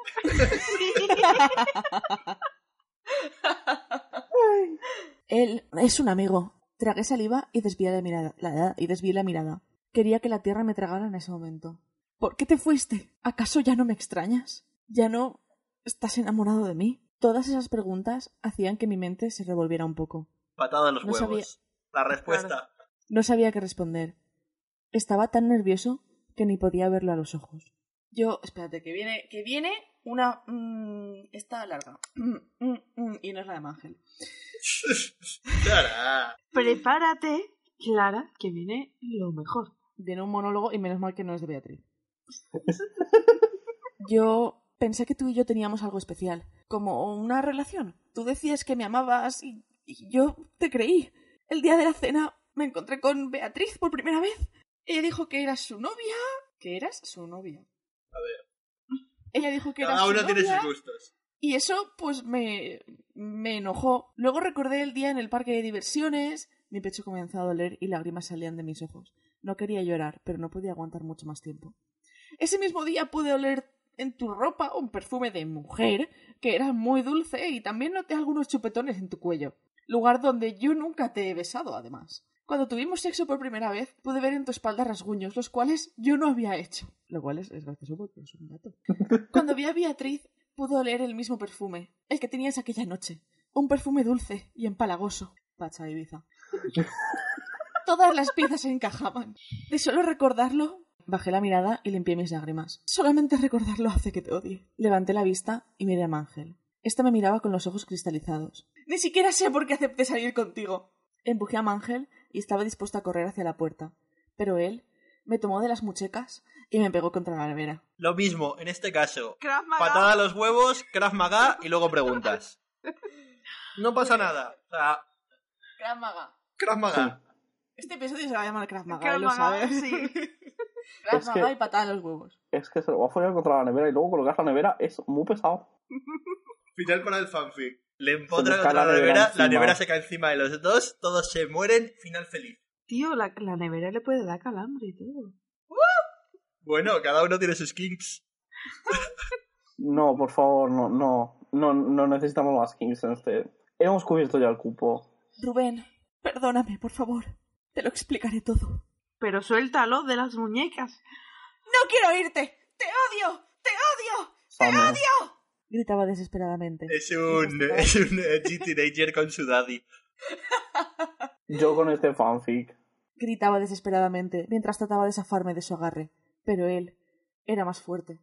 Ay,
Él es un amigo. Tragué saliva y desvié la mirada. la- la- y desvié la mirada. Quería que la tierra me tragara en ese momento. ¿Por qué te fuiste? ¿Acaso ya no me extrañas? ¿Ya no estás enamorado de mí? Todas esas preguntas hacían que mi mente se revolviera un poco.
Patada en los
No
huevos. La respuesta.
No sabía qué responder. Estaba tan nervioso que ni podía verlo a los ojos. Yo, espérate, que viene, que viene una. mm, esta larga. Mm, mm, mm, y no es la de Mangel.
Clara.
Prepárate, Clara, que viene lo mejor.
Viene un monólogo y menos mal que no es de Beatriz. yo pensé que tú y yo teníamos algo especial, como una relación. Tú decías que me amabas y, y yo te creí. El día de la cena me encontré con Beatriz por primera vez. Ella dijo que eras su novia. Que eras su novia.
A ver.
Ella dijo que eras
Cada
su
uno tiene
novia.
sus gustos.
Y eso, pues, me, me enojó. Luego recordé el día en el parque de diversiones. Mi pecho comenzó a doler y lágrimas salían de mis ojos. No quería llorar, pero no podía aguantar mucho más tiempo. Ese mismo día pude oler en tu ropa un perfume de mujer que era muy dulce y también noté algunos chupetones en tu cuello. Lugar donde yo nunca te he besado, además. Cuando tuvimos sexo por primera vez, pude ver en tu espalda rasguños, los cuales yo no había hecho. Lo cual es, es gracioso porque es un gato. Cuando vi a Beatriz, pudo oler el mismo perfume, el que tenías aquella noche. Un perfume dulce y empalagoso. Pacha de Ibiza. Todas las piezas se encajaban. De solo recordarlo, bajé la mirada y limpié mis lágrimas. Solamente recordarlo hace que te odie. Levanté la vista y miré a Mangel. Esta me miraba con los ojos cristalizados. Ni siquiera sé por qué acepté salir contigo. Empujé a Mangel y estaba dispuesta a correr hacia la puerta. Pero él me tomó de las muchecas y me pegó contra la nevera.
Lo mismo, en este caso.
Krav Maga.
Patada a los huevos, Krav Maga y luego preguntas. No pasa nada. O sea, Krav Maga.
Este episodio se va a llamar Krav Maga,
Krav
lo
Maga,
sabes.
sí.
Krav
Es
Maga
que-
y patada en los huevos.
Es que se lo va a follar contra la nevera y luego colocar la nevera es muy pesado.
Final para el fanfic. Le empotra
Se nos cae
contra la
la nevera
nevera, la
encima.
nevera se cae encima de los dos, todos se mueren, final feliz.
Tío, la, la nevera le puede dar calambre y todo.
Bueno, cada uno tiene sus kinks.
No, por favor, no, no. No, no necesitamos más Kings en este. Hemos cubierto ya el cupo.
Rubén, perdóname, por favor. Te lo explicaré todo.
Pero suéltalo de las muñecas.
¡No quiero irte! ¡Te odio! ¡Te odio!
Same.
Gritaba desesperadamente.
Eh.
Es un, es un edgy teenager con su daddy.
Yo con este fanfic.
Gritaba desesperadamente mientras trataba de zafarme de su agarre. Pero él era más fuerte.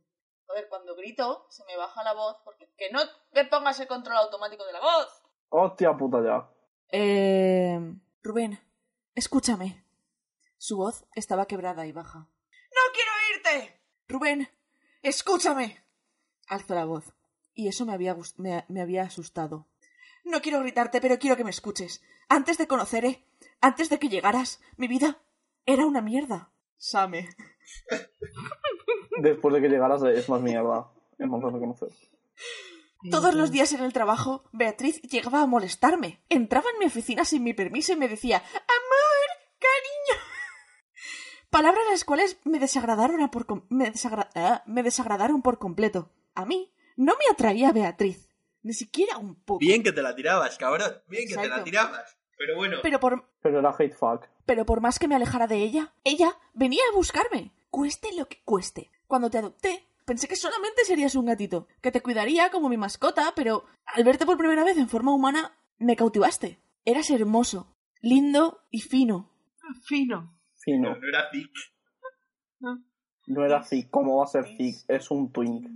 A ver, cuando grito, se me baja la voz porque que no te pongas el control automático de la voz.
Hostia puta ya.
Eh... Rubén, escúchame. Su voz estaba quebrada y baja. ¡No quiero irte! Rubén, escúchame. Alzo la voz. Y eso me había, gus- me, me había asustado. No quiero gritarte, pero quiero que me escuches. Antes de conoceré, antes de que llegaras, mi vida era una mierda. Same.
Después de que llegaras es más mierda. Es más de reconocer.
Todos los días en el trabajo, Beatriz llegaba a molestarme. Entraba en mi oficina sin mi permiso y me decía Amor, cariño. Palabras las cuales me desagradaron, a por com- me, desagra- ah, me desagradaron por completo. A mí no me atraía Beatriz. Ni siquiera un poco.
Bien que te la tirabas, cabrón. Bien que te la
Exacto.
tirabas. Pero bueno,
Pero por,
Pero era hate fuck.
Pero por más que me alejara de ella, ella venía a buscarme. Cueste lo que cueste. Cuando te adopté, pensé que solamente serías un gatito, que te cuidaría como mi mascota, pero al verte por primera vez en forma humana, me cautivaste. Eras hermoso, lindo y fino.
Fino.
Fino.
no, no era tic.
No era Zig. ¿Cómo va a ser Zig? Es un twink.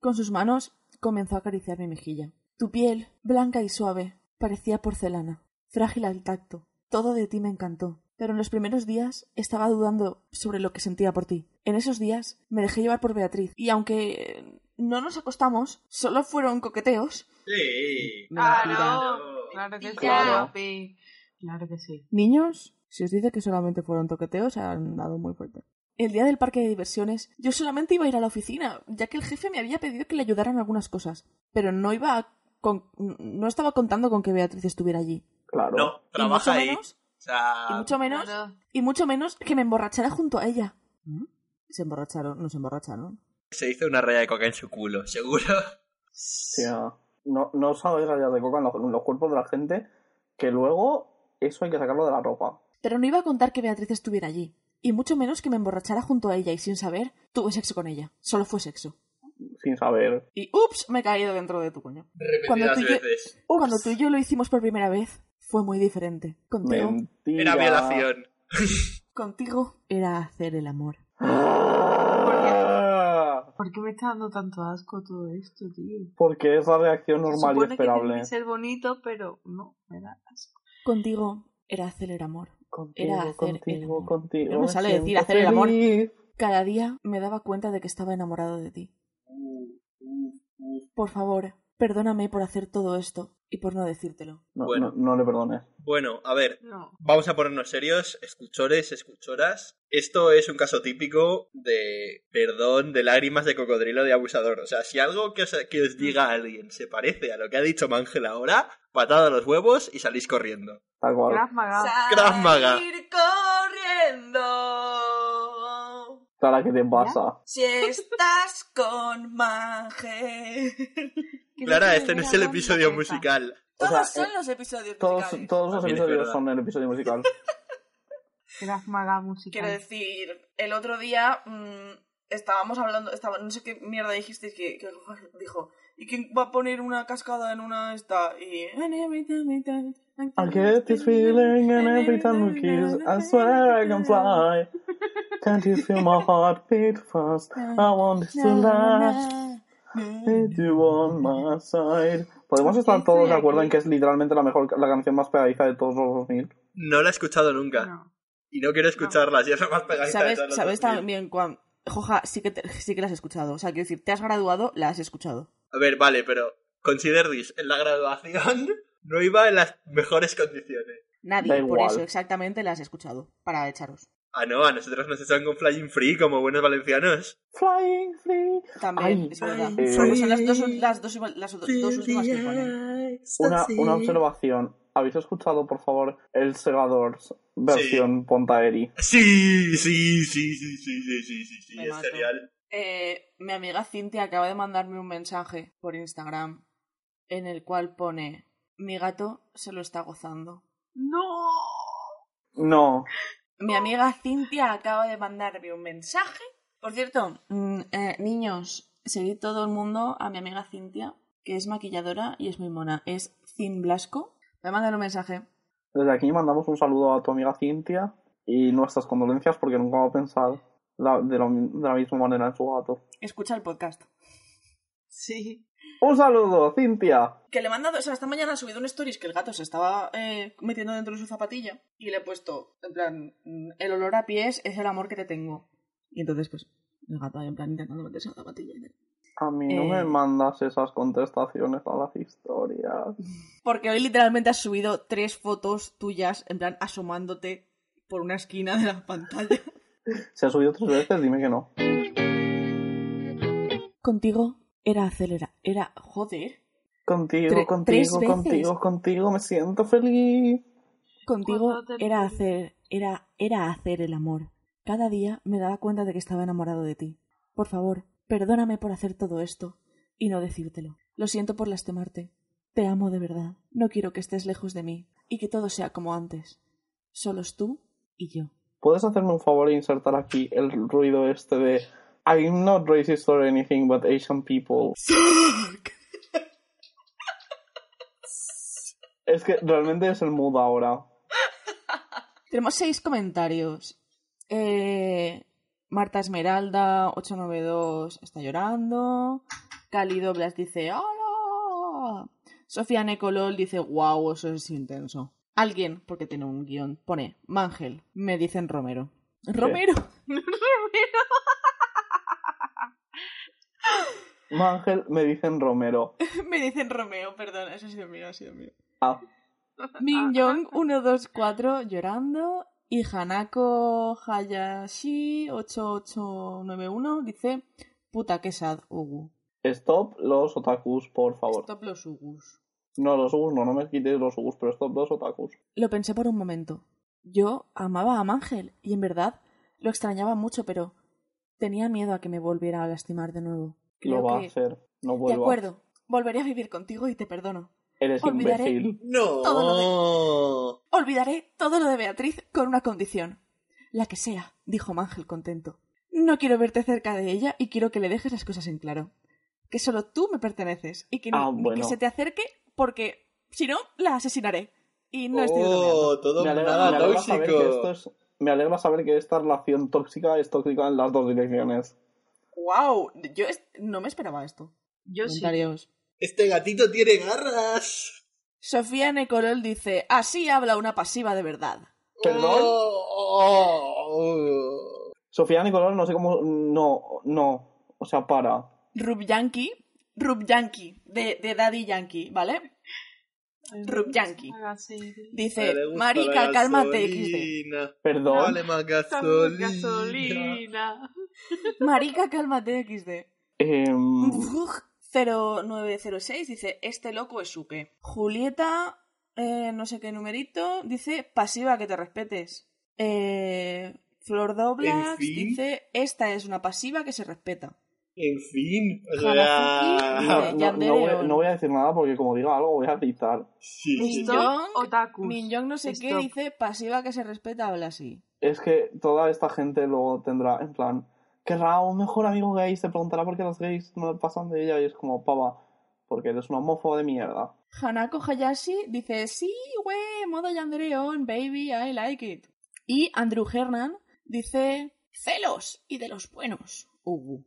Con sus manos comenzó a acariciar mi mejilla. Tu piel, blanca y suave, parecía porcelana, frágil al tacto. Todo de ti me encantó. Pero en los primeros días estaba dudando sobre lo que sentía por ti. En esos días me dejé llevar por Beatriz. Y aunque eh, no nos acostamos, solo fueron coqueteos.
Sí.
Mentira.
Claro, claro que sí,
Claro.
papi. Claro que sí.
Niños, si os dice que solamente fueron toqueteos, han dado muy fuerte. El día del parque de diversiones, yo solamente iba a ir a la oficina, ya que el jefe me había pedido que le ayudaran algunas cosas, pero no iba a- con- no estaba contando con que Beatriz estuviera allí.
Claro.
Y
No,
mucho
trabaja ahí.
menos,
O sea,
y mucho menos,
Claro.
y mucho menos que me emborrachara junto a ella. Se emborracharon, no se emborracharon.
se hizo una raya de coca en su culo, seguro.
Hostia. No, no sabéis rayas de coca en los, en los cuerpos de la gente que luego eso hay que sacarlo de la ropa.
Pero no iba a contar que Beatriz estuviera allí. Y mucho menos que me emborrachara junto a ella y sin saber, tuve sexo con ella. Solo fue sexo.
Sin saber.
Y ups, me he caído dentro de tu coño. Cuando
Repetidas
tú y yo-
veces.
O cuando tú y yo lo hicimos por primera vez, fue muy diferente. Contigo,
Mentira.
Era violación.
contigo era hacer el amor.
Ah,
¿Por qué me está dando tanto asco todo esto, tío?
Porque es la reacción
Se
normal y
supone que
esperable.
tiene que ser bonito, pero no, me da asco.
Contigo era hacer el amor.
Contigo,
hacer el
contigo,
amor.
contigo.
No me sale decir
siento
hacer el amor.
feliz.
Cada día me daba cuenta de que estaba enamorado de ti.
Uh,
Por favor, perdóname por hacer todo esto y por no decírtelo.
No,
Bueno.
no, no le perdones.
Bueno, a ver,
No.
Vamos a ponernos serios, escuchores, escuchoras. Esto es un caso típico de perdón, de lágrimas de cocodrilo de abusador. O sea, si algo que os, que os diga alguien se parece a lo que ha dicho Mangel ahora, patada a los huevos y salís corriendo.
Tal cual.
Krav Maga.
Krav Maga.
Salir corriendo.
Clara, ¿qué te pasa?
Si estás con Maje.
Creo
Clara,
que
este no
me voy
es
a
el
dar una
episodio
teta.
musical.
O
Todos
sea,
son
eh,
los episodios
Todos,
musicales.
todos los
También es
episodios
verdad.
son el episodio musical.
Krav Maga
Quiero
musical.
decir, el otro día mm, estábamos hablando, estaba, no sé qué mierda dijisteis que, que dijo, ¿y quién va a poner una cascada en una esta? Y...
I get this feeling and every time we kiss, I swear I can fly. Can't you feel my heart beat fast? I want this to last. If you on my side. Podemos estar
Estoy
todos de acuerdo
aquí.
en que es literalmente la mejor, la canción más pegadiza de todos los 2000.
No la he escuchado nunca.
No.
Y no quiero escucharla, si es la más pegadiza
¿Sabes,
de todas las
sabes
2000.
también, Juan? Joja, sí que, te- sí que la has escuchado. O sea, quiero decir, te has graduado, la has escuchado.
A ver, vale, pero considerdis, en la graduación no iba en las mejores condiciones.
Nadie,
Da
por
igual.
eso exactamente la has escuchado. Para echaros.
Ah, no, a nosotros nos echan con Flying Free como buenos valencianos.
Flying free.
También,
Ay,
es verdad.
ay,
Solo
eh,
son las dos, las dos, las dos últimas que ponen.
Una, una observación. ¿Habéis escuchado, por favor, el Segadors versión Pontaeri?
Sí, sí, sí, sí, sí, sí, sí, sí, sí,
Me
es
mato.
genial.
Eh, mi amiga Cintia acaba de mandarme un mensaje por Instagram en el cual pone mi gato se lo está gozando.
No.
No.
Mi amiga Cintia acaba de mandarme un mensaje. Por cierto, mm, eh, niños, seguid todo el mundo a mi amiga Cintia, que es maquilladora y es muy mona. Es Cin Blasco. Me mandan un mensaje.
Desde aquí mandamos un saludo a tu amiga Cintia y nuestras condolencias porque nunca va a pensar la- de, lo- de la misma manera en su gato.
Escucha el podcast.
Sí.
¡Un saludo, Cintia!
Que le he mandado, o sea, esta mañana ha subido un stories que el gato se estaba eh, metiendo dentro de su zapatilla y le he puesto, en plan, mm, el olor a pies es el amor que te tengo. Y entonces, pues, el gato ahí, en plan, intentando meterse la zapatilla. y tal.
A mí no
Eh.
me mandas esas contestaciones a las historias.
Porque hoy literalmente has subido tres fotos tuyas, en plan, asomándote por una esquina de la pantalla.
Se ha subido tres veces, dime que no.
Contigo era acelera, era, joder,
Contigo,
Tre- tres
contigo,
veces.
contigo, contigo, me siento feliz.
contigo
Cuando te
era
entendí.
hacer, era, era hacer el amor. Cada día me daba cuenta de que estaba enamorado de ti. Por favor, perdóname por hacer todo esto y no decírtelo. Lo siento por lastimarte. Te amo de verdad. No quiero que estés lejos de mí y que todo sea como antes. Solos tú y yo.
¿Puedes hacerme un favor e insertar aquí el ruido este de I'm not racist or anything, but Asian people? Es que realmente es el mood ahora.
Tenemos seis comentarios. Eh, Marta Esmeralda, 892, está llorando. Cali Doblas dice, ¡Hola! Sofía Necolol dice, wow, eso es intenso. Alguien, porque tiene un guión, pone, Mangel, me dicen Romero. ¿Romero?
Mangel, me dicen Romero.
me dicen Romeo, perdón, eso ha sido mío, ha sido mío.
Ah,
Min Young 124 llorando y Hanako Hayashi 8891 dice puta que sad Ugu.
stop los otakus, por favor.
Stop los Ugus.
No, los ugus no, no me quites los ugus, pero stop los otakus.
Lo pensé por un momento. Yo amaba a Mangel y en verdad lo extrañaba mucho, pero tenía miedo a que me volviera a lastimar de nuevo.
Lo
Creo
va a
que-
hacer, no
De
vuelva.
acuerdo, volveré a vivir contigo y te perdono.
Eres
Olvidaré.
imbécil.
¡No!
Todo lo Olvidaré todo lo de Beatriz con una condición. La que sea, dijo Mangel contento. No quiero verte cerca de ella y quiero que le dejes las cosas en claro. Que solo tú me perteneces y que, ni-
Ah,
ni
bueno.
que se te acerque porque si no, la asesinaré. Y no estoy bromeando.
¡Oh! Todo
me alegra,
nada
me alegra saber que esto
tóxico.
es- me alegra saber que esta relación tóxica es tóxica en las dos direcciones.
¡Wow!
Yo es- no me esperaba esto.
Yo sí.
Comentarios.
¡Este gatito tiene garras!
Sofía Necorol dice, así habla una pasiva de verdad.
¿Perdón?
Oh.
Sofía Nicolás, no sé cómo. No, no. O sea, para.
Rub Yankee, Rub Yankee, de, de Daddy Yankee, ¿vale? Rub Yankee.
Ah, sí, sí.
Dice,
Le gusta
Marica,
la
cálmate, XD.
gasolina.
Perdón.
Vale más
Estamos
gasolina.
gasolina.
Marica, cálmate, XD.
Em,
0906 dice, este loco es suque. Julieta, eh, no sé qué numerito, dice, pasiva que te respetes. Eh, Flor Doblax
En fin.
dice, esta es una pasiva que se respeta.
En fin. O
Hanafuki
no,
sea...
no-
dice-
no
Eh, Yandere
voy,
o-
no voy a decir nada porque, como diga algo, voy a gritar.
Sí, sí,
Esto,
sí.
Minyoung,
otakus.
Minyoung no sé qué
Stop.
dice, pasiva que se respeta, habla así.
Es que toda esta gente luego tendrá, en plan, querrá un mejor amigo gay, se preguntará por qué los gays no pasan de ella y es como, pava, porque eres un homófobo de mierda.
Hanako Hayashi dice, sí, wey, modo yandereón, baby, I like it. Y Andrew Hernan dice, celos y de los buenos. Uh.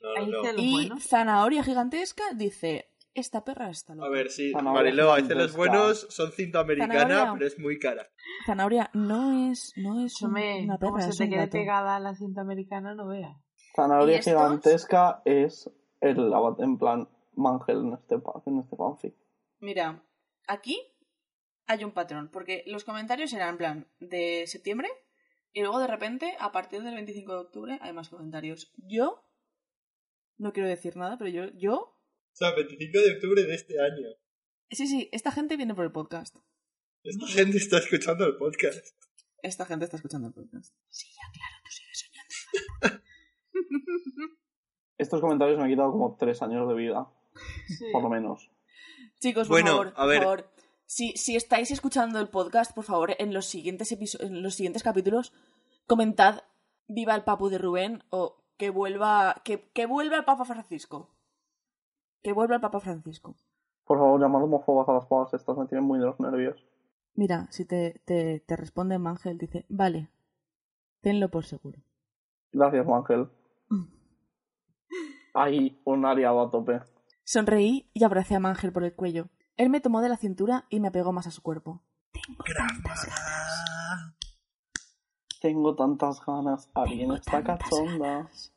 No,
Ahí
no,
se
no.
los
Y
buenos.
Zanahoria Gigantesca dice, esta perra está
A
loca.
ver, sí.
Zanahoria
Mariló, a veces los
gigantesca.
buenos son cinta americana,
Zanahoria.
pero es muy cara.
Zanahoria no es, Mm, no es un-
Escúchame,
una
como
perra,
se
es
te
un
quede
gato.
pegada a la cinta americana, no veas.
Zanahoria
¿Y estos?
gigantesca es el, ava- en plan, Mangel en este, pa- en este fanfic.
Mira, aquí hay un patrón, porque los comentarios eran en plan de septiembre y luego de repente, a partir del 25 de octubre, hay más comentarios.
Yo, no quiero decir nada, pero yo, yo,
O sea, 25 de octubre de este año.
sí, sí, esta gente viene por el podcast.
Esta gente está escuchando el podcast.
Esta gente está escuchando el podcast. Sí, ya claro, tú sigues soñando.
Estos comentarios me han quitado como tres años de vida,
Sí.
por lo menos.
Chicos, por
Bueno,
favor,
a ver.
por favor. Si, si estáis escuchando el podcast, por favor, en los siguientes episo- en los siguientes capítulos, comentad viva el papu de Rubén o que vuelva. que, que vuelva el Papa Francisco. Que vuelva el Papa Francisco.
Por favor, llamad homófobas a las pavas estas, me tienen muy de los nervios.
Mira, si te, te, te responde Mangel, dice, vale, tenlo por seguro.
Gracias, Mangel. Ahí, un aliado a tope.
Sonreí y abracé a Mangel por el cuello. Él me tomó de la cintura y me pegó más a su cuerpo. Tengo tantas ganas.
Ah, Tengo tantas ganas, alguien
Tengo
está
tantas
cachonda.
ganas.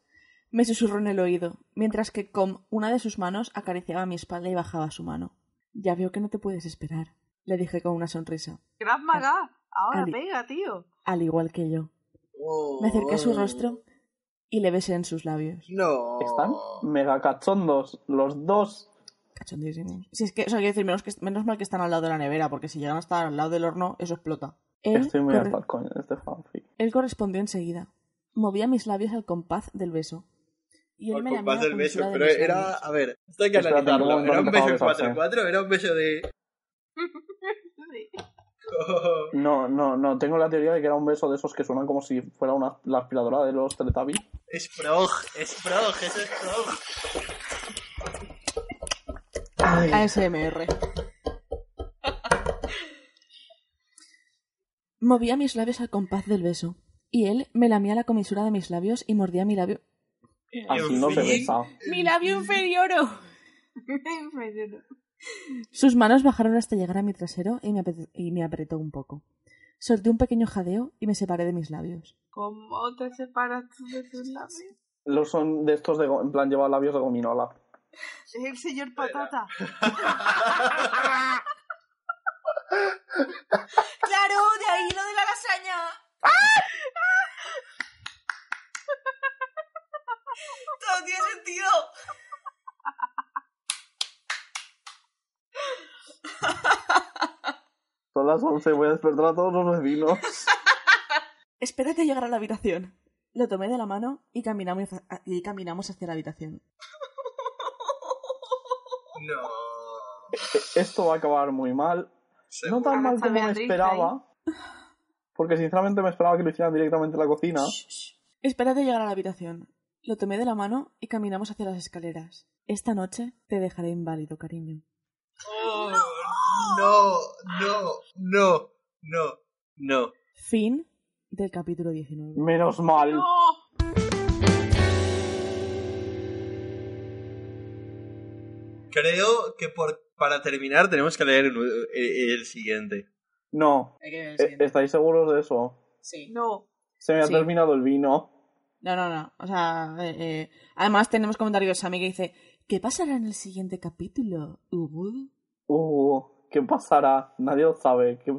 Me susurró en el oído, mientras que con una de sus manos acariciaba mi espalda y bajaba su mano. Ya veo que no te puedes esperar, le dije con una sonrisa,
Krav Maga, ahora
Ali.
pega, tío.
al igual que yo.
Oh.
Me acerqué a su rostro y le besé en sus labios.
No.
Están mega cachondos, los dos.
Cachondísimo. Si es que, o sea, quiero decir, menos, que, menos mal que están al lado de la nevera, porque si llegan a estar al lado del horno, eso explota. Él
Estoy muy
corre-
hasta el coño de este fanfic.
Él correspondió enseguida. Movía mis labios al compás del beso. Y él
Al
me lamía
compás
la
del beso,
comisura de
pero
mis
era,
labios.
a ver, esto hay que
Espérate, ¿en qué
analizarlo.
momento
Era
han
un
empezado
beso en
a besarse?
4-4, era un beso de. oh,
No, no, no, tengo la teoría de que era un beso de esos que suenan como si fuera una, la aspiradora de los Teletubbies.
Es prog, es prog, eso es prog.
ASMR. Movía mis labios al compás del beso. Y él me lamía la comisura de mis labios y mordía mi labio.
Así no se
fin.
besa.
¡Mi labio inferior!
Me dio-
Sus manos bajaron hasta llegar a mi trasero y me, apet- y me apretó un poco. Solté un pequeño jadeo y me separé de mis labios.
¿Cómo te separas tú de tus labios?
Los son de estos de, go- en plan lleva labios de gominola.
Es el señor patata.
¡Claro! ¡De ahí lo de la lasaña! ¡Todo tiene sentido!
Son las 11, voy a despertar a todos los vecinos.
Espérate a llegar a la habitación. Lo tomé de la mano y caminamos, y caminamos hacia la habitación.
No.
esto va a acabar muy mal. No tan mal
Hasta
como me
Beatriz
esperaba,
¿eh?
porque sinceramente me esperaba que lo hicieran directamente en la cocina.
Espérate llegar a la habitación. Lo tomé de la mano y caminamos hacia las escaleras. Esta noche te dejaré inválido, cariño.
No, no, no, no, no.
Fin del capítulo 19.
Menos mal.
Creo que por, para terminar tenemos que leer el, el- el siguiente.
No,
Hay que ver el
eh,
siguiente.
¿estáis seguros de eso?
Sí.
No.
Se me ha
Sí.
terminado el vino.
No, no, no. O sea, eh, eh, además tenemos comentario de Sammy que dice: ¿Qué pasará en el siguiente capítulo, Hugo?
Uh, ¿qué pasará? Nadie lo sabe. ¿Qué-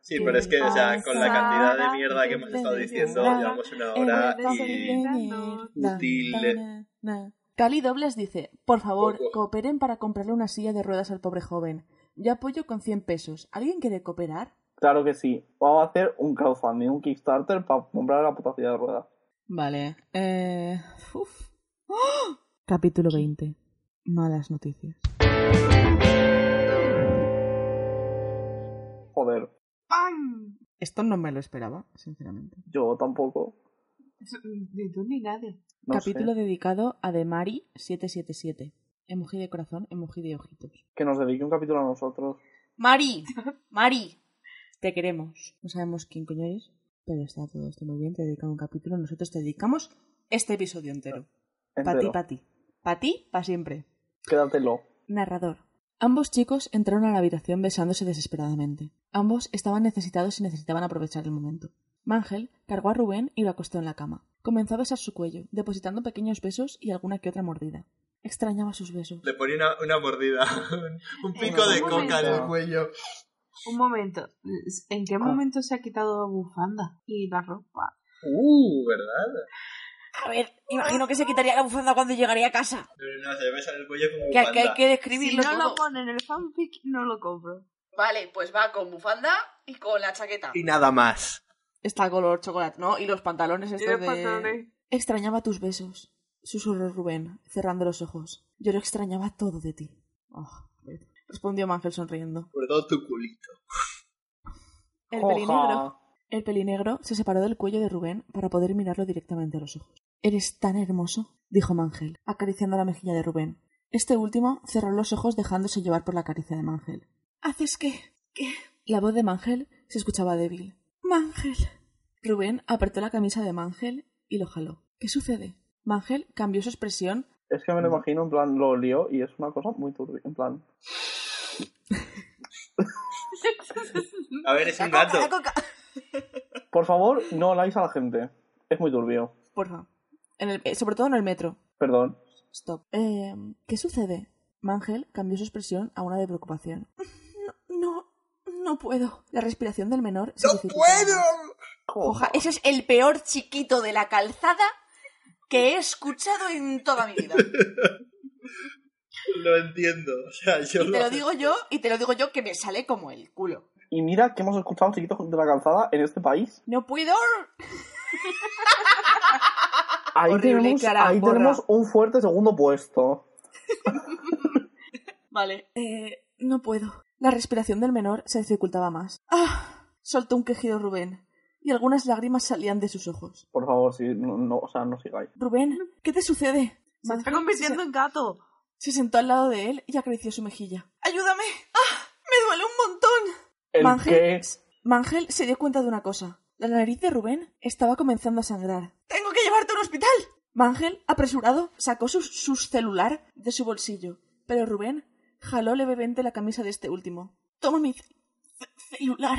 Sí, pero es que, o sea, con la cantidad de mierda que hemos estado diciendo, llevamos una
Eh,
hora y... útil.
Cali Dobles dice, por favor,
Poco.
cooperen para comprarle una silla de ruedas al pobre joven. Yo apoyo con 100 pesos. ¿Alguien quiere cooperar?
Claro que sí. Vamos a hacer un crowdfunding, un Kickstarter para comprar la puta silla de ruedas.
Vale. eh, uf. ¡Ah! Capítulo 20. Malas noticias.
Joder,
¡Pam!
Esto no me lo esperaba, sinceramente.
yo tampoco.
Eso, Ni tú ni nadie.
No
Capítulo
sé.
dedicado a Demari 777. Emoji de corazón, emoji de ojitos.
Que nos dedique un capítulo a nosotros.
Mari, Mari.
Te queremos. No sabemos quién coño eres, pero está todo esto muy bien. Te dedicamos un capítulo. Nosotros te dedicamos este episodio entero. Pa' ti,
Entero.
pa' ti. Pa' ti, pa' siempre.
Quédatelo.
Narrador. Ambos chicos entraron a la habitación besándose desesperadamente. Ambos estaban necesitados y necesitaban aprovechar el momento. Mangel cargó a Rubén y lo acostó en la cama. Comenzó a besar su cuello, depositando pequeños besos y alguna que otra mordida. Extrañaba sus besos.
Le ponía una, una mordida, un, un pico
Eh,
de
un
coca en el
momento.
cuello.
Un momento. ¿En
Ah.
qué momento se ha quitado la bufanda y la ropa?
Uh, ¿verdad?
A ver, imagino que se quitaría la bufanda cuando llegaría a casa.
Pero no, se me sale el cuello como
Que aquí hay
panda.
que
Si
describirlo
no lo
todo.
pone en el fanfic, no lo compro.
Vale, pues va con bufanda y con la chaqueta.
Y nada más.
Está el color chocolate, ¿no? Y los pantalones estos de... Extrañaba tus besos, susurró Rubén, cerrando los ojos. Yo lo extrañaba todo de ti. Oh, respondió Mangel sonriendo.
Por todo tu culito.
El
Joja.
pelinegro El pelinegro se separó del cuello de Rubén para poder mirarlo directamente a los ojos. Eres tan hermoso, dijo Mangel, acariciando la mejilla de Rubén. Este último cerró los ojos dejándose llevar por la caricia de Mangel. ¿Haces qué? ¿Qué? La voz de Mangel se escuchaba débil. ¡Mangel! Rubén apretó la camisa de Mangel y lo jaló. ¿Qué sucede? Mangel cambió su expresión.
Es que me
Mm.
lo imagino, en plan, lo olió y es una cosa muy turbia. En plan,
Mm.
A ver, es un gato.
por favor, no oláis a la gente. Es muy turbio.
Porfa. En el- eh, sobre todo en el metro.
Perdón.
Stop. Eh, ¿Qué sucede? Mangel cambió su expresión a una de preocupación. No, no, no puedo. La respiración del menor se
¡No
dificultaba.
puedo!
Oja, ese es el peor chiquito de la calzada que he escuchado en toda mi vida.
Lo entiendo. O sea, yo
Y te lo digo yo, y te lo digo yo que me sale como el culo.
Y mira que hemos escuchado chiquitos de la calzada en este país.
No puedo.
Ahí,
Horrible
tenemos,
cara,
ahí
porra.
tenemos un fuerte segundo puesto.
Vale.
Eh, no puedo. La respiración del menor se dificultaba más. ¡Ah! Soltó un quejido Rubén, y algunas lágrimas salían de sus ojos.
Por favor, si no, no- o sea, no sigáis.
Rubén, ¿qué te sucede?
Se está
Mangel
convirtiendo en gato.
se sentó al lado de él y acarició su mejilla. ¡Ayúdame! ¡Ah! ¡Me duele un montón!
¿El
Mangel,
qué?
Mangel se dio cuenta de una cosa. La nariz de Rubén estaba comenzando a sangrar. ¡Tengo que llevarte a un hospital! Mangel, apresurado, sacó su, su celular de su bolsillo, pero Rubén jaló levemente la camisa de este último. ¡Toma mi ce- ce- celular!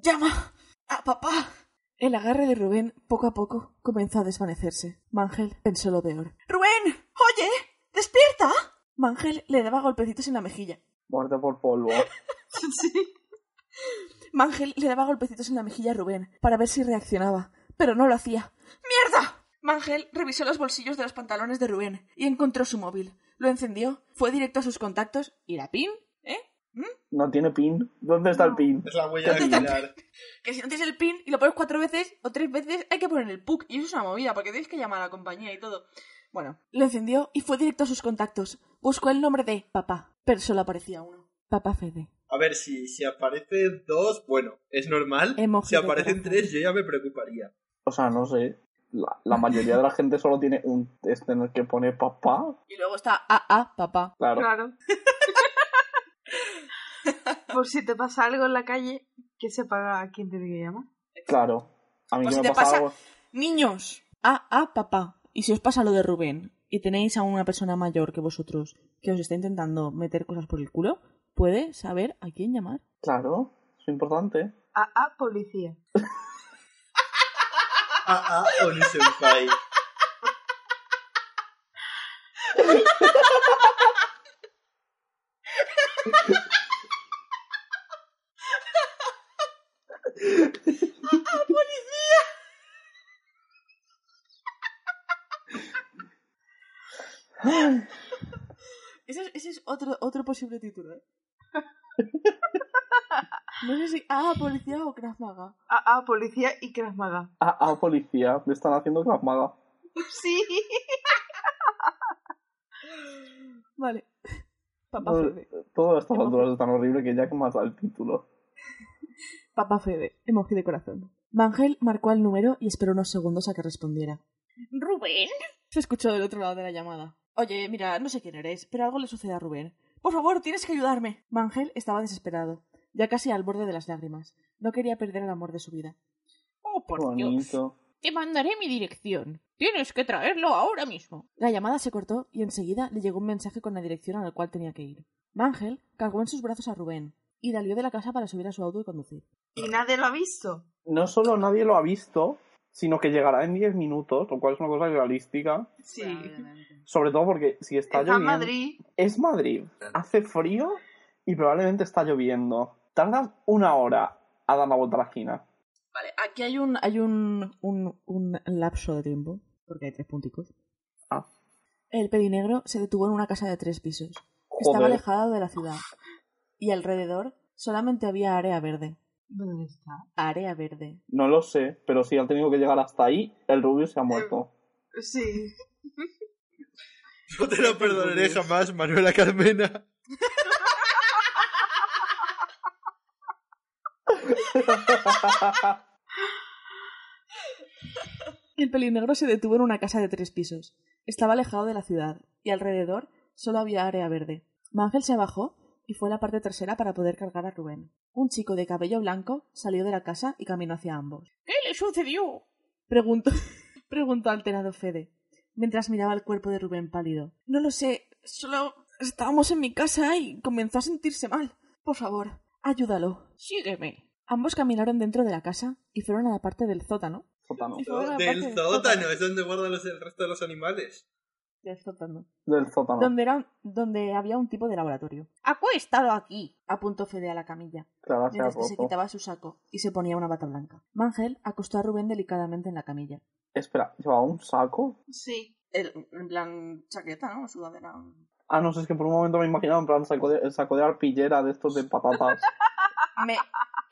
¡Llama a papá! El agarre de Rubén, poco a poco, comenzó a desvanecerse. Mangel pensó lo peor. ¡Rubén! ¡Oye! ¡Despierta! Mangel le daba golpecitos en la mejilla.
Muerte por polvo.
Mangel le daba golpecitos en la mejilla a Rubén para ver si reaccionaba, pero no lo hacía. ¡Mierda! Mangel revisó los bolsillos de los pantalones de Rubén y encontró su móvil. Lo encendió, fue directo a sus contactos y la pin, ¿eh?
No tiene pin. ¿Dónde está el pin?
Es la huella de
Te-
Aguilar.
Que si no tienes el pin y lo pones cuatro veces o tres veces, hay que poner el PUC. Y eso es una movida, porque tienes que llamar a la compañía y todo. Bueno,
Lo encendió y fue directo a sus contactos. Buscó el nombre de papá, pero solo aparecía uno. Papá Fede.
A ver, si, si aparecen dos, bueno, es normal.
Emoji
Si
de
aparecen
corazón.
tres, yo ya me preocuparía.
O sea, no sé. La, la mayoría de la gente solo tiene un es tener que poner papá.
Y luego está...
AA, papá.
Claro.
Claro. Por si te pasa algo en la calle, que sepa a quién tiene que llamar.
Claro. A mí
Pues
que
si
me
te
pasa,
pasa-
algo.
Niños.
AA, ah, papá. Y si os pasa lo de Rubén y tenéis a una persona mayor que vosotros que os está intentando meter cosas por el culo, puede saber a quién llamar.
Claro, es importante.
A, a policía.
Ah, ah, Oni Senpai.
Ese es, ese es otro...
Otro, otro posible ¿eh? titular. no sé si AA, policía o Krav Maga.
A, a policía y Krav Maga.
Ah, ah, policía, me están haciendo clamada.
Sí.
Vale. Papá Fede.
Todas estas alturas es tan horrible que ya que mata el título.
Papá Fede. Emoji de corazón. Mangel marcó al número y esperó unos segundos a que respondiera.
Rubén.
Se escuchó del otro lado de la llamada. Oye, mira, no sé quién eres, pero algo le sucede a Rubén. Por favor, tienes que ayudarme. Mangel estaba desesperado, ya casi al borde de las lágrimas. No quería perder el amor de su vida.
Oh, por Dios.
Bonito.
Te mandaré mi dirección. Tienes que traerlo ahora mismo.
La llamada se cortó y enseguida le llegó un mensaje con la dirección a la cual tenía que ir. Mangel cargó en sus brazos a Rubén y la lió de la casa para subir a su auto y conducir.
Y nadie lo ha visto.
No solo nadie lo ha visto, sino que llegará en 10 minutos, lo cual es una cosa realística.
Sí.
Sobre todo porque si está,
Está en
lloviendo.
Madrid.
Es Madrid. Hace frío y probablemente está lloviendo. Tardas una hora a dar la vuelta a la esquina.
Vale, aquí hay un, hay un, un, un lapso de tiempo, porque hay tres punticos.
Ah.
El pelinegro se detuvo en una casa de tres pisos.
Joder.
Estaba alejado de la ciudad y alrededor solamente había área verde.
¿Dónde está?
Área verde.
No lo sé, pero si han tenido que llegar hasta ahí, el rubio se ha muerto.
Sí.
No te lo perdonaré jamás, Manuela Carmena.
El pelinegro se detuvo en una casa de tres pisos. Estaba alejado de la ciudad y alrededor solo había área verde. Mangel se bajó y fue a la parte trasera para poder cargar a Rubén. Un chico de cabello blanco salió de la casa y caminó hacia ambos.
¿Qué le sucedió?
Preguntó, preguntó alterado Fede, mientras miraba el cuerpo de Rubén pálido. No lo sé, solo estábamos en mi casa y comenzó a sentirse mal. Por favor, ayúdalo.
Sígueme.
Ambos caminaron dentro de la casa y fueron a la parte del sótano.
Sótano.
Y fueron a la parte
Del sótano, es donde guardan los- el resto de los animales.
Del sótano.
Del sótano.
Donde, era un- donde había un tipo de laboratorio.
Acuéstalo aquí.
Apuntó Fede a la camilla,
Clara se ha
mientras que se
roto.
quitaba su saco y se ponía una bata blanca. Mangel acostó a Rubén delicadamente en la camilla.
Espera, ¿llevaba un saco?
Sí.
El- en plan chaqueta, ¿no? Sudadera.
Ah, no sé, es que por un momento me imaginaba en plan saco de, el saco de arpillera de estos de patatas.
Me-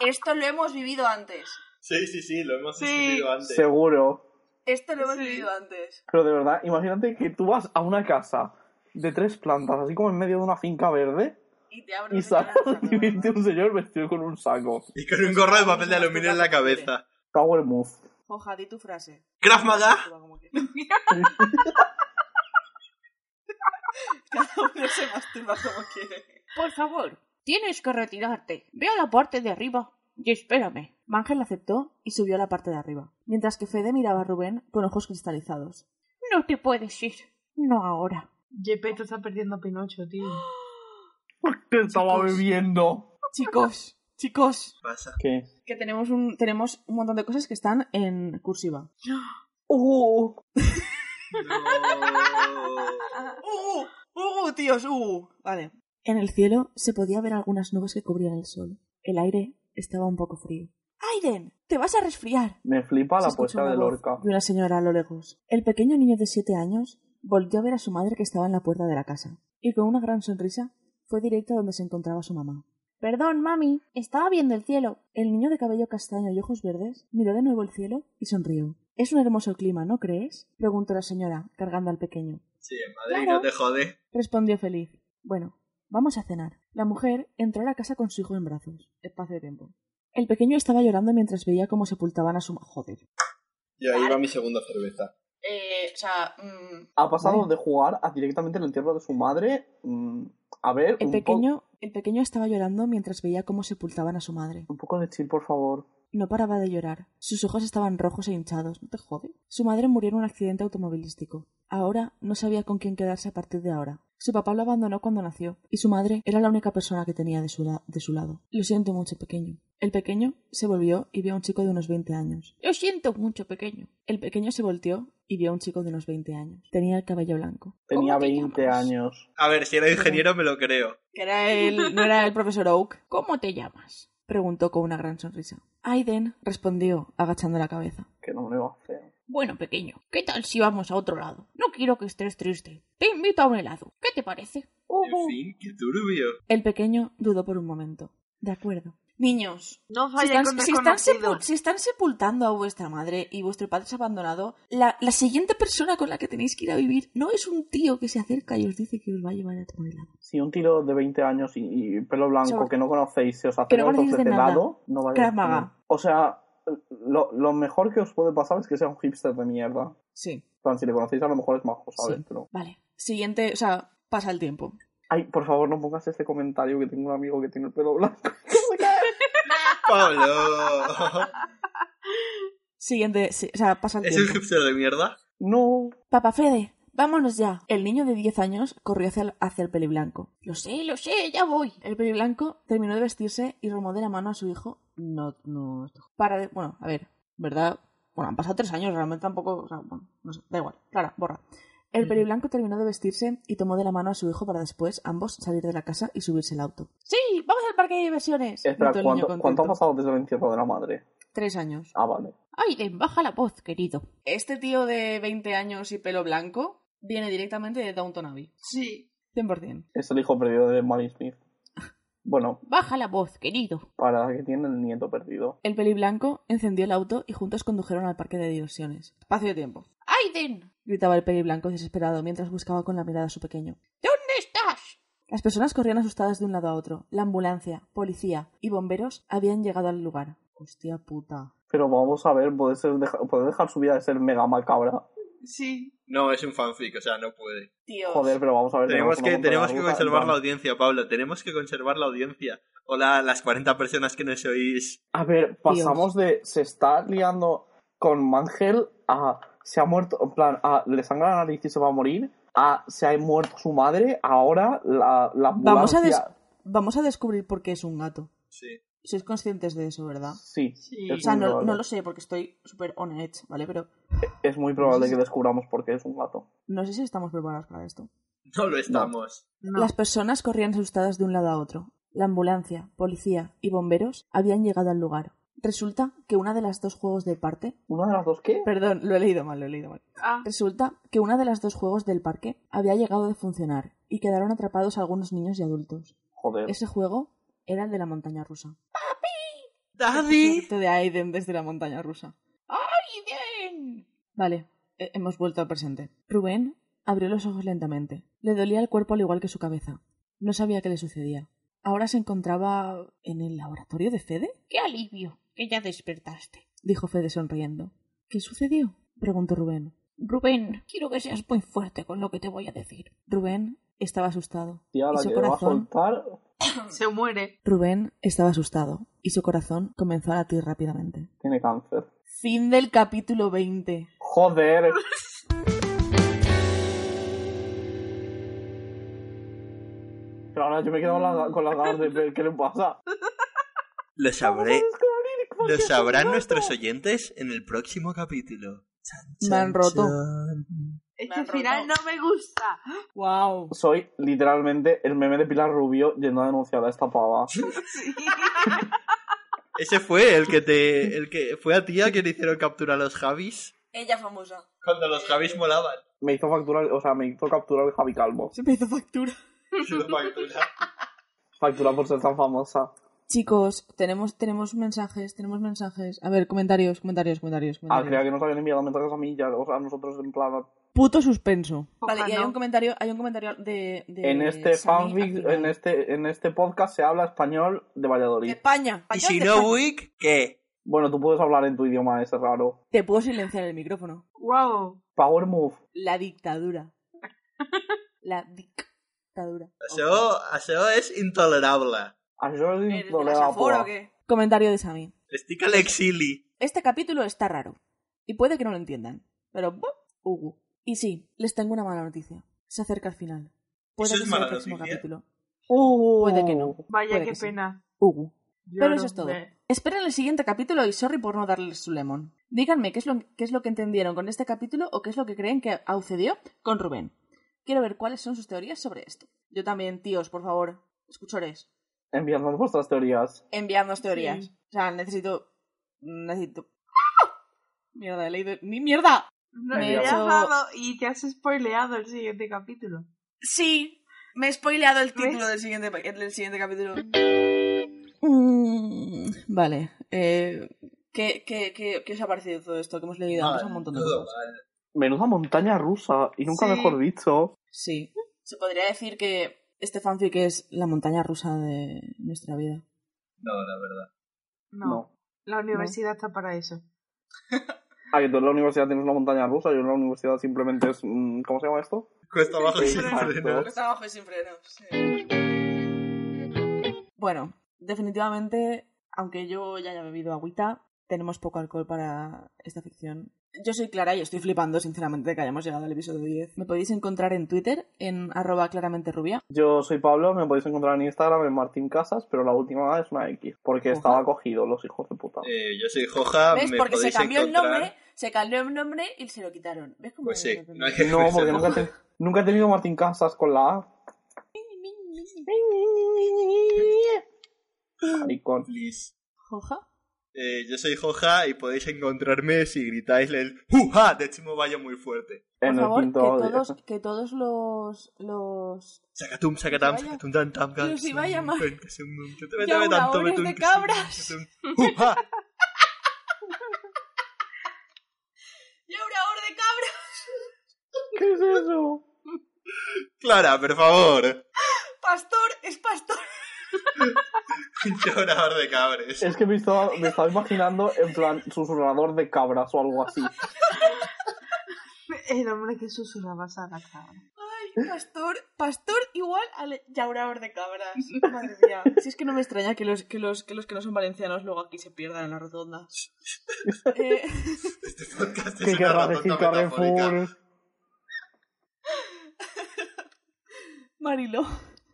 Esto lo hemos vivido antes.
Sí, sí, sí, lo hemos
Sí.
discutido antes.
Seguro.
Esto lo hemos
Sí.
vivido antes.
Pero de verdad, imagínate que tú vas a una casa de tres plantas, así como en medio de una finca verde,
Y te abro
y sale a recibirte un señor vestido con un saco.
Y con un gorro de papel de aluminio en la cabeza.
Power move.
Joja, di tu frase.
Krav Maga.
Como que- Cada uno se masturba como quiere.
Por favor, tienes que retirarte. Ve a la parte de arriba y espérame.
Mangel aceptó y subió a la parte de arriba, mientras que Fede miraba a Rubén con ojos cristalizados.
No te puedes ir.
No ahora.
Gepetto está perdiendo a Pinocho, tío.
¿Qué estaba bebiendo?
Chicos, chicos,
Pasa.
¿Qué?
que tenemos un, tenemos un montón de cosas que están en cursiva.
¡Uh!
No.
¡Uh! ¡Uh, tíos! ¡Uh! Vale.
En el cielo se podía ver algunas nubes que cubrían el sol. El aire estaba un poco frío. ¡Aiden! ¡Te vas a resfriar!
Me flipa
Se
la
escuchó
poesía
una
de
voz
Lorca.
De una señora a lo lejos. El pequeño niño de siete años volvió a ver a su madre que estaba en la puerta de la casa. Y con una gran sonrisa fue directo a donde se encontraba su mamá. Perdón, mami, estaba viendo el cielo. El niño de cabello castaño y ojos verdes miró de nuevo el cielo y sonrió. Es un hermoso clima, ¿no crees? preguntó la señora, cargando al pequeño.
Sí, en Madrid no te jode.
Respondió feliz. Bueno, Vamos a cenar. La mujer entró a la casa con su hijo en brazos. Espacio de tiempo. El pequeño estaba llorando mientras veía cómo sepultaban a su... ma- Joder.
Y ahí va mi segunda cerveza.
Eh, o sea, mm,
Ha pasado de jugar a directamente el entierro de su madre. mm, a ver,
El
un, po-
pequeño, el pequeño estaba llorando mientras veía cómo sepultaban a su madre.
un poco de chill, por favor.
No paraba de llorar. Sus ojos estaban rojos e hinchados. ¿No te jode? Su madre murió en un accidente automovilístico. Ahora no sabía con quién quedarse a partir de ahora. Su papá lo abandonó cuando nació y su madre era la única persona que tenía de su, la- de su lado. Lo siento mucho, pequeño. El pequeño se volvió y vio a un chico de unos 20 años.
Lo siento mucho, pequeño.
El pequeño se volteó y vio a un chico de unos 20 años. Tenía el cabello blanco.
Tenía
te
20
llamas?
años.
A ver, si era ingeniero me lo creo.
Que era el, no era el profesor Oak.
¿Cómo te llamas?
preguntó con una gran sonrisa. Aiden respondió, agachando la cabeza.
Que no me va feo.
Bueno, pequeño, ¿qué tal si vamos a otro lado? No quiero que estés triste. Te invito a un helado. ¿Qué te parece?
En fin, qué turbio.
El pequeño dudó por un momento. De acuerdo.
niños.
No
Si
falla
están,
con
si están
desconocidos.
sepul- si están sepultando a vuestra madre y vuestro padre es abandonado, la, la siguiente persona con la que tenéis que ir a vivir no es un tío que se acerca y os dice que os va a llevar a tomar helado.
Si un tiro de 20 años y, y pelo blanco
Sobre-
que no conocéis se os hace
Que no conocéis de nada.
no vaya
Krav Maga.
O sea, lo, lo mejor que os puede pasar es que sea un hipster de mierda. En
Sí,
plan, si le conocéis a lo mejor es majo, ¿sabes?
Sí.
Pero...
vale. Siguiente, o sea, pasa el tiempo.
Ay, por favor, no pongas este comentario que tengo un amigo que tiene el pelo blanco.
Pablo.
Siguiente, sí, o sea, pasa el
¿Es
tiempo.
un hipster de mierda?
No.
Papá Fede, vámonos ya. El niño de 10 años corrió hacia el, hacia el peliblanco.
Lo sé, lo sé, ya voy.
El peliblanco terminó de vestirse y remó de la mano a su hijo. No, no. esto- Para de. Bueno, a ver, ¿verdad? Bueno, han pasado tres años, realmente tampoco. O sea, bueno, no sé, da igual. Clara, borra. El peliblanco terminó de vestirse y tomó de la mano a su hijo para después ambos salir de la casa y subirse al auto.
Sí, vamos al parque de diversiones.
Espera,
Gritó el
¿cuánto,
niño
¿cuánto ha
contento.
pasado desde el entierro de la madre?
Tres años.
Ah, vale.
Aiden, baja la voz, querido.
Este tío de 20 años y pelo blanco viene directamente de Downton Abbey.
Sí.
100%.
Es el hijo perdido de Molly Smith. Bueno,
Baja la voz, querido.
para que tiene el nieto perdido.
El peliblanco encendió el auto y juntos condujeron al parque de diversiones. Espacio de tiempo.
Aiden,
Gritaba el peliblanco desesperado mientras buscaba con la mirada a su pequeño.
¿dónde estás?
Las personas corrían asustadas de un lado a otro. La ambulancia, policía y bomberos habían llegado al lugar. Hostia puta.
Pero vamos a ver, puede, ser deja- puede dejar su vida de ser mega macabra.
Sí.
No, es un fanfic, o sea, no puede.
Tíos.
Joder, pero vamos a ver. una
Tenemos que,
montaña
tenemos que
rusa, en
conservar la
plan-
audiencia, Pablo. Tenemos que conservar la audiencia. Hola, las 40 personas que nos oís.
A ver, pasamos de se está liando con Mangel a se ha muerto, en plan, a le sangra la nariz y se va a morir, a se ha muerto su madre, ahora la, la
Vamos a, des-
ambulancia-
Vamos a descubrir por qué es un gato.
Sí.
Sois conscientes de eso, ¿verdad?
Sí,
Sí.
O
Es,
sea,
muy
no,
probable.
no lo sé porque estoy súper on edge, ¿vale? Pero
es muy probable que descubramos por qué es un gato.
no sé si estamos preparados para esto.
No lo estamos.
Las personas corrían asustadas de un lado a otro. La ambulancia, policía y bomberos habían llegado al lugar. Resulta que una de las dos juegos del parque...
¿Una de las dos qué?
Perdón, lo he leído mal, lo he leído mal.
Ah,
Resulta que una de las dos juegos del parque había llegado de funcionar y quedaron atrapados algunos niños y adultos.
Joder.
Ese juego era el de la montaña rusa. El
¡Daddy!
proyecto de Aiden desde la montaña rusa.
Aiden.
Vale, he- hemos vuelto al presente. Rubén abrió los ojos lentamente. Le dolía el cuerpo al igual que su cabeza. No sabía qué le sucedía. Ahora se encontraba en el laboratorio de Fede,
Qué alivio, que ya despertaste.
dijo Fede sonriendo. ¿Qué sucedió? preguntó Rubén.
Rubén, quiero que seas muy fuerte con lo que te voy a decir.
Rubén estaba asustado.
Tía, la
y su
que va a
corazón
soltar.
se muere.
Rubén estaba asustado y su corazón comenzó a latir rápidamente.
Tiene cáncer.
Fin del capítulo 20.
Joder. Pero ahora yo me quedo con la- con las ganas de ver qué le pasa.
Lo sabré.
descubrir por qué
Lo
es un
sabrán
gato.
nuestros oyentes en el próximo capítulo. Chan,
Me han
chan,
roto.
chan.
Me
Este
han
final no
roto.
me gusta.
¡Wow!
Soy literalmente el meme de Pilar Rubio yendo a denunciar a esta pava.
Ese fue el que te. el que fue a tía que le hicieron capturar a los Javis.
Ella famosa.
Cuando los Javis molaban.
Me hizo facturar, o sea, me hizo capturar el Javi Calvo.
Se me hizo factura.
Factura por ser tan famosa.
Chicos, tenemos, tenemos mensajes, tenemos mensajes. A ver, comentarios, comentarios,
Ah,
comentarios.
creía
comentarios.
que nos habían enviado mensajes a mí ya, o sea, a nosotros en plan
puto suspenso.
Vale, y hay
Ojalá.
un comentario, hay un comentario de, de
En este
Sami
fanfic,
Aguilar.
en este, en este podcast se habla español de Valladolid.
España.
Y si no, Wick, ¿qué?
Bueno, tú puedes hablar en tu idioma, ese raro.
Te puedo silenciar el micrófono.
Wow.
Power move.
La dictadura. La dictadura.
Eso, eso es intolerable.
Això és
¿Eres de la Safor o
intolerable.
qué?
Comentario de Sami.
Estica al exili.
Este capítulo está raro. Y puede que no lo entiendan. Pero, buh, ugu. Y sí, les tengo una mala noticia. Se acerca al final. Puede
¿Eso
que
es
sea el
mala
próximo
noticia?
capítulo.
Uh,
Puede que no.
Vaya,
Oh. Puede
qué
que sí.
pena.
Ugu. Pero
Lloro,
eso es todo.
ve.
Esperen el siguiente capítulo y sorry por no darles su lemon. Díganme qué es, lo, qué es lo que entendieron con este capítulo o qué es lo que creen que sucedió con Rubén. Quiero ver cuáles son sus teorías sobre esto. Yo también, tíos, por favor, escuchores,
Enviadnos vuestras teorías.
Enviadnos
teorías.
teorías.
O sea, necesito... Necesito... ¡Ah! Mierda, he leído... ¡Ni mierda!
No,
Me
le
he
has
hecho-
dado y te has spoileado el siguiente capítulo.
Sí, me he spoileado el
¿Ves?
título del siguiente, pa- del siguiente capítulo.
Mm, vale. eh,
¿Qué, qué, qué, qué os ha parecido todo esto que hemos leído? Han
Mal,
pasado un montón de
todo
cosas.
mal.
Menuda montaña rusa, y nunca
Sí.
mejor dicho.
sí.
Se podría decir que
Este fanfic es la montaña rusa de nuestra vida.
No, la verdad.
No.
No.
La universidad está para eso.
Ah, que tú en la universidad tienes una montaña rusa, yo en la universidad simplemente es... mm, ¿Cómo se llama esto?
Cuesta abajo
Sí,
y sin
exacto.
frenos.
Cuesta abajo y sin freno. sí.
Bueno, definitivamente, aunque yo ya haya bebido agüita, tenemos poco alcohol para esta ficción. Yo soy Clara y estoy flipando, sinceramente, de que hayamos llegado al episodio 10. Me podéis encontrar en Twitter, en arroba claramente rubia.
Yo soy Pablo, me podéis encontrar en Instagram en Martín Casas, pero la última es una X, porque
Ojo.
estaba cogido, los hijos de puta.
Eh, yo soy Joja,
¿Ves?
me
Porque se
podéis
cambió
encontrar.
el nombre, se cambió el nombre y se lo quitaron. ¿Ves cómo
Pues
es
sí,
la
no hay
película?
que
No, porque nunca, te- nunca he tenido Martín Casas con la A. Maricón.
Please.
Joja.
Eh, yo soy Joja y podéis encontrarme si gritáis el ¡Juja! de Chimo Bayo muy fuerte.
Por
En el
favor, que
quinto audio.
todos, que todos los... los...
Sacatum, sacatam,
Vaya.
sacatum, tan, tam,
Pero si vaya mal. Ya una hora es de cabras.
¡Juja!
¡Ya una hora de cabra!
¿Qué es eso?
Clara, por favor.
¡Pastor! ¡Es pastor!
Llorador de cabres.
Es que me estaba, me estaba imaginando en plan susurrador de cabras o algo así.
El hombre que susurraba a la cara.
¡Ay, pastor! Pastor igual al llaurador de cabras. Madre mía.
Si es que no me extraña que los que, los, que, los que no son valencianos luego aquí se pierdan en la rotonda. Eh,
Este podcast
¿Qué
es una
querrá decir
rotonda metafórica.
Carrefour?
Marilo.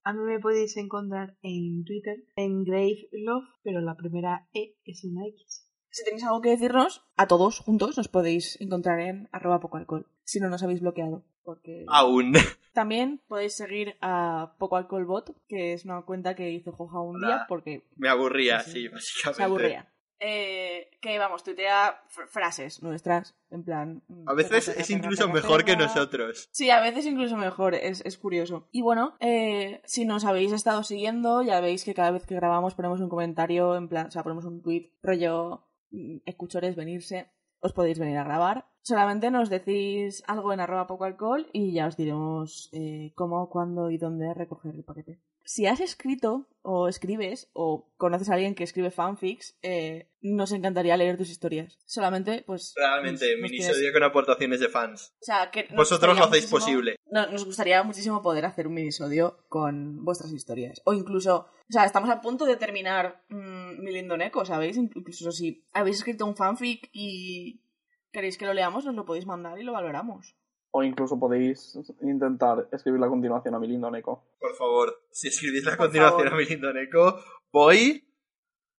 A mí me podéis encontrar en Twitter, en Grave Love, pero la primera E es una X.
Si tenéis algo que decirnos, a todos juntos nos podéis encontrar en arroba poco alcohol. Si no nos habéis bloqueado. Porque...
Aún.
También podéis seguir a Poco Alcohol Bot, que es una cuenta que hizo Joja un
Hola.
día porque
Me aburría,
Sí, sí.
sí, básicamente.
se aburría.
Eh, que vamos, tuitea fr- frases.
Nuestras, en plan. mm, perra,
A veces
perra,
es
perra,
incluso
perra,
mejor que
perra.
nosotros.
Sí, a veces incluso
Incluso mejor, es, es curioso. Y bueno, eh, si nos habéis estado siguiendo, ya veis que cada vez que grabamos ponemos un comentario, en plan, o sea, ponemos un tweet, rollo, mm, escuchores, venirse, os podéis venir a grabar. Solamente nos decís algo en arroba poco alcohol y ya os diremos eh, cómo, cuándo y dónde recoger el paquete. Si has escrito o escribes o conoces a alguien que escribe fanfics, eh, nos encantaría leer tus historias. Solamente, pues...
Realmente,
nos- nos tienes-
minisodio con aportaciones de fans.
O sea, que nos
Vosotros lo
gustaría
hacéis
muchísimo-
posible.
no- nos gustaría muchísimo poder hacer un minisodio con vuestras historias. O incluso, o sea, estamos a punto de terminar mm, mi lindo Neko, ¿sabéis? Incluso si habéis escrito un fanfic y queréis que lo leamos, nos lo podéis mandar y lo valoramos.
O incluso podéis intentar escribir la continuación a mi lindo Neko.
Por favor, si escribís la
Por
continuación
favor.
a mi lindo Neko, voy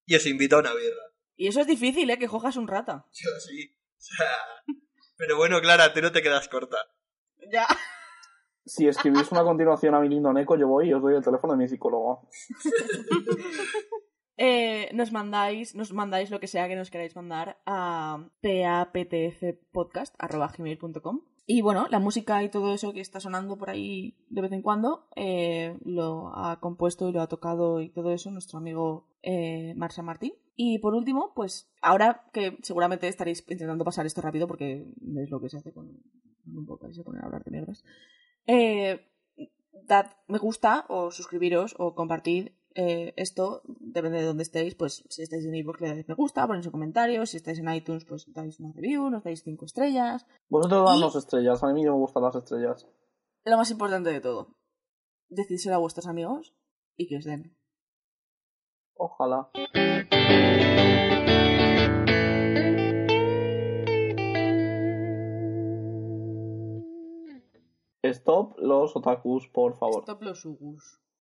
y os invito a una birra.
Y eso es difícil, ¿eh? Que jojas un rata.
Yo sí. O sea, Pero bueno, Clara, tú no te quedas corta.
Ya.
Si escribís una continuación a mi lindo Neko, yo voy y os doy el teléfono de mi psicólogo.
Eh, nos mandáis, nos mandáis lo que sea que nos queráis mandar a paptfpodcast.com. Y bueno, la música y todo eso que está sonando por ahí de vez en cuando, eh, lo ha compuesto y lo ha tocado y todo eso nuestro amigo eh, Marcia Martín. Y por último, pues ahora que seguramente estaréis intentando pasar esto rápido porque es lo que se hace con un poco se ponen a hablar de mierdas. Eh, dad me gusta o suscribiros o compartid eh, esto, depende de dónde estéis, pues si estáis en iVoox le dais me gusta, ponéis un comentario, si estáis en iTunes pues dais una review, nos dais cinco estrellas,
Vosotros
Y-
danos estrellas, a mí no me gustan las estrellas.
lo más importante de todo, decídselo a vuestros amigos y que os den.
Ojalá. Stop los otakus, por favor.
Stop los ugus.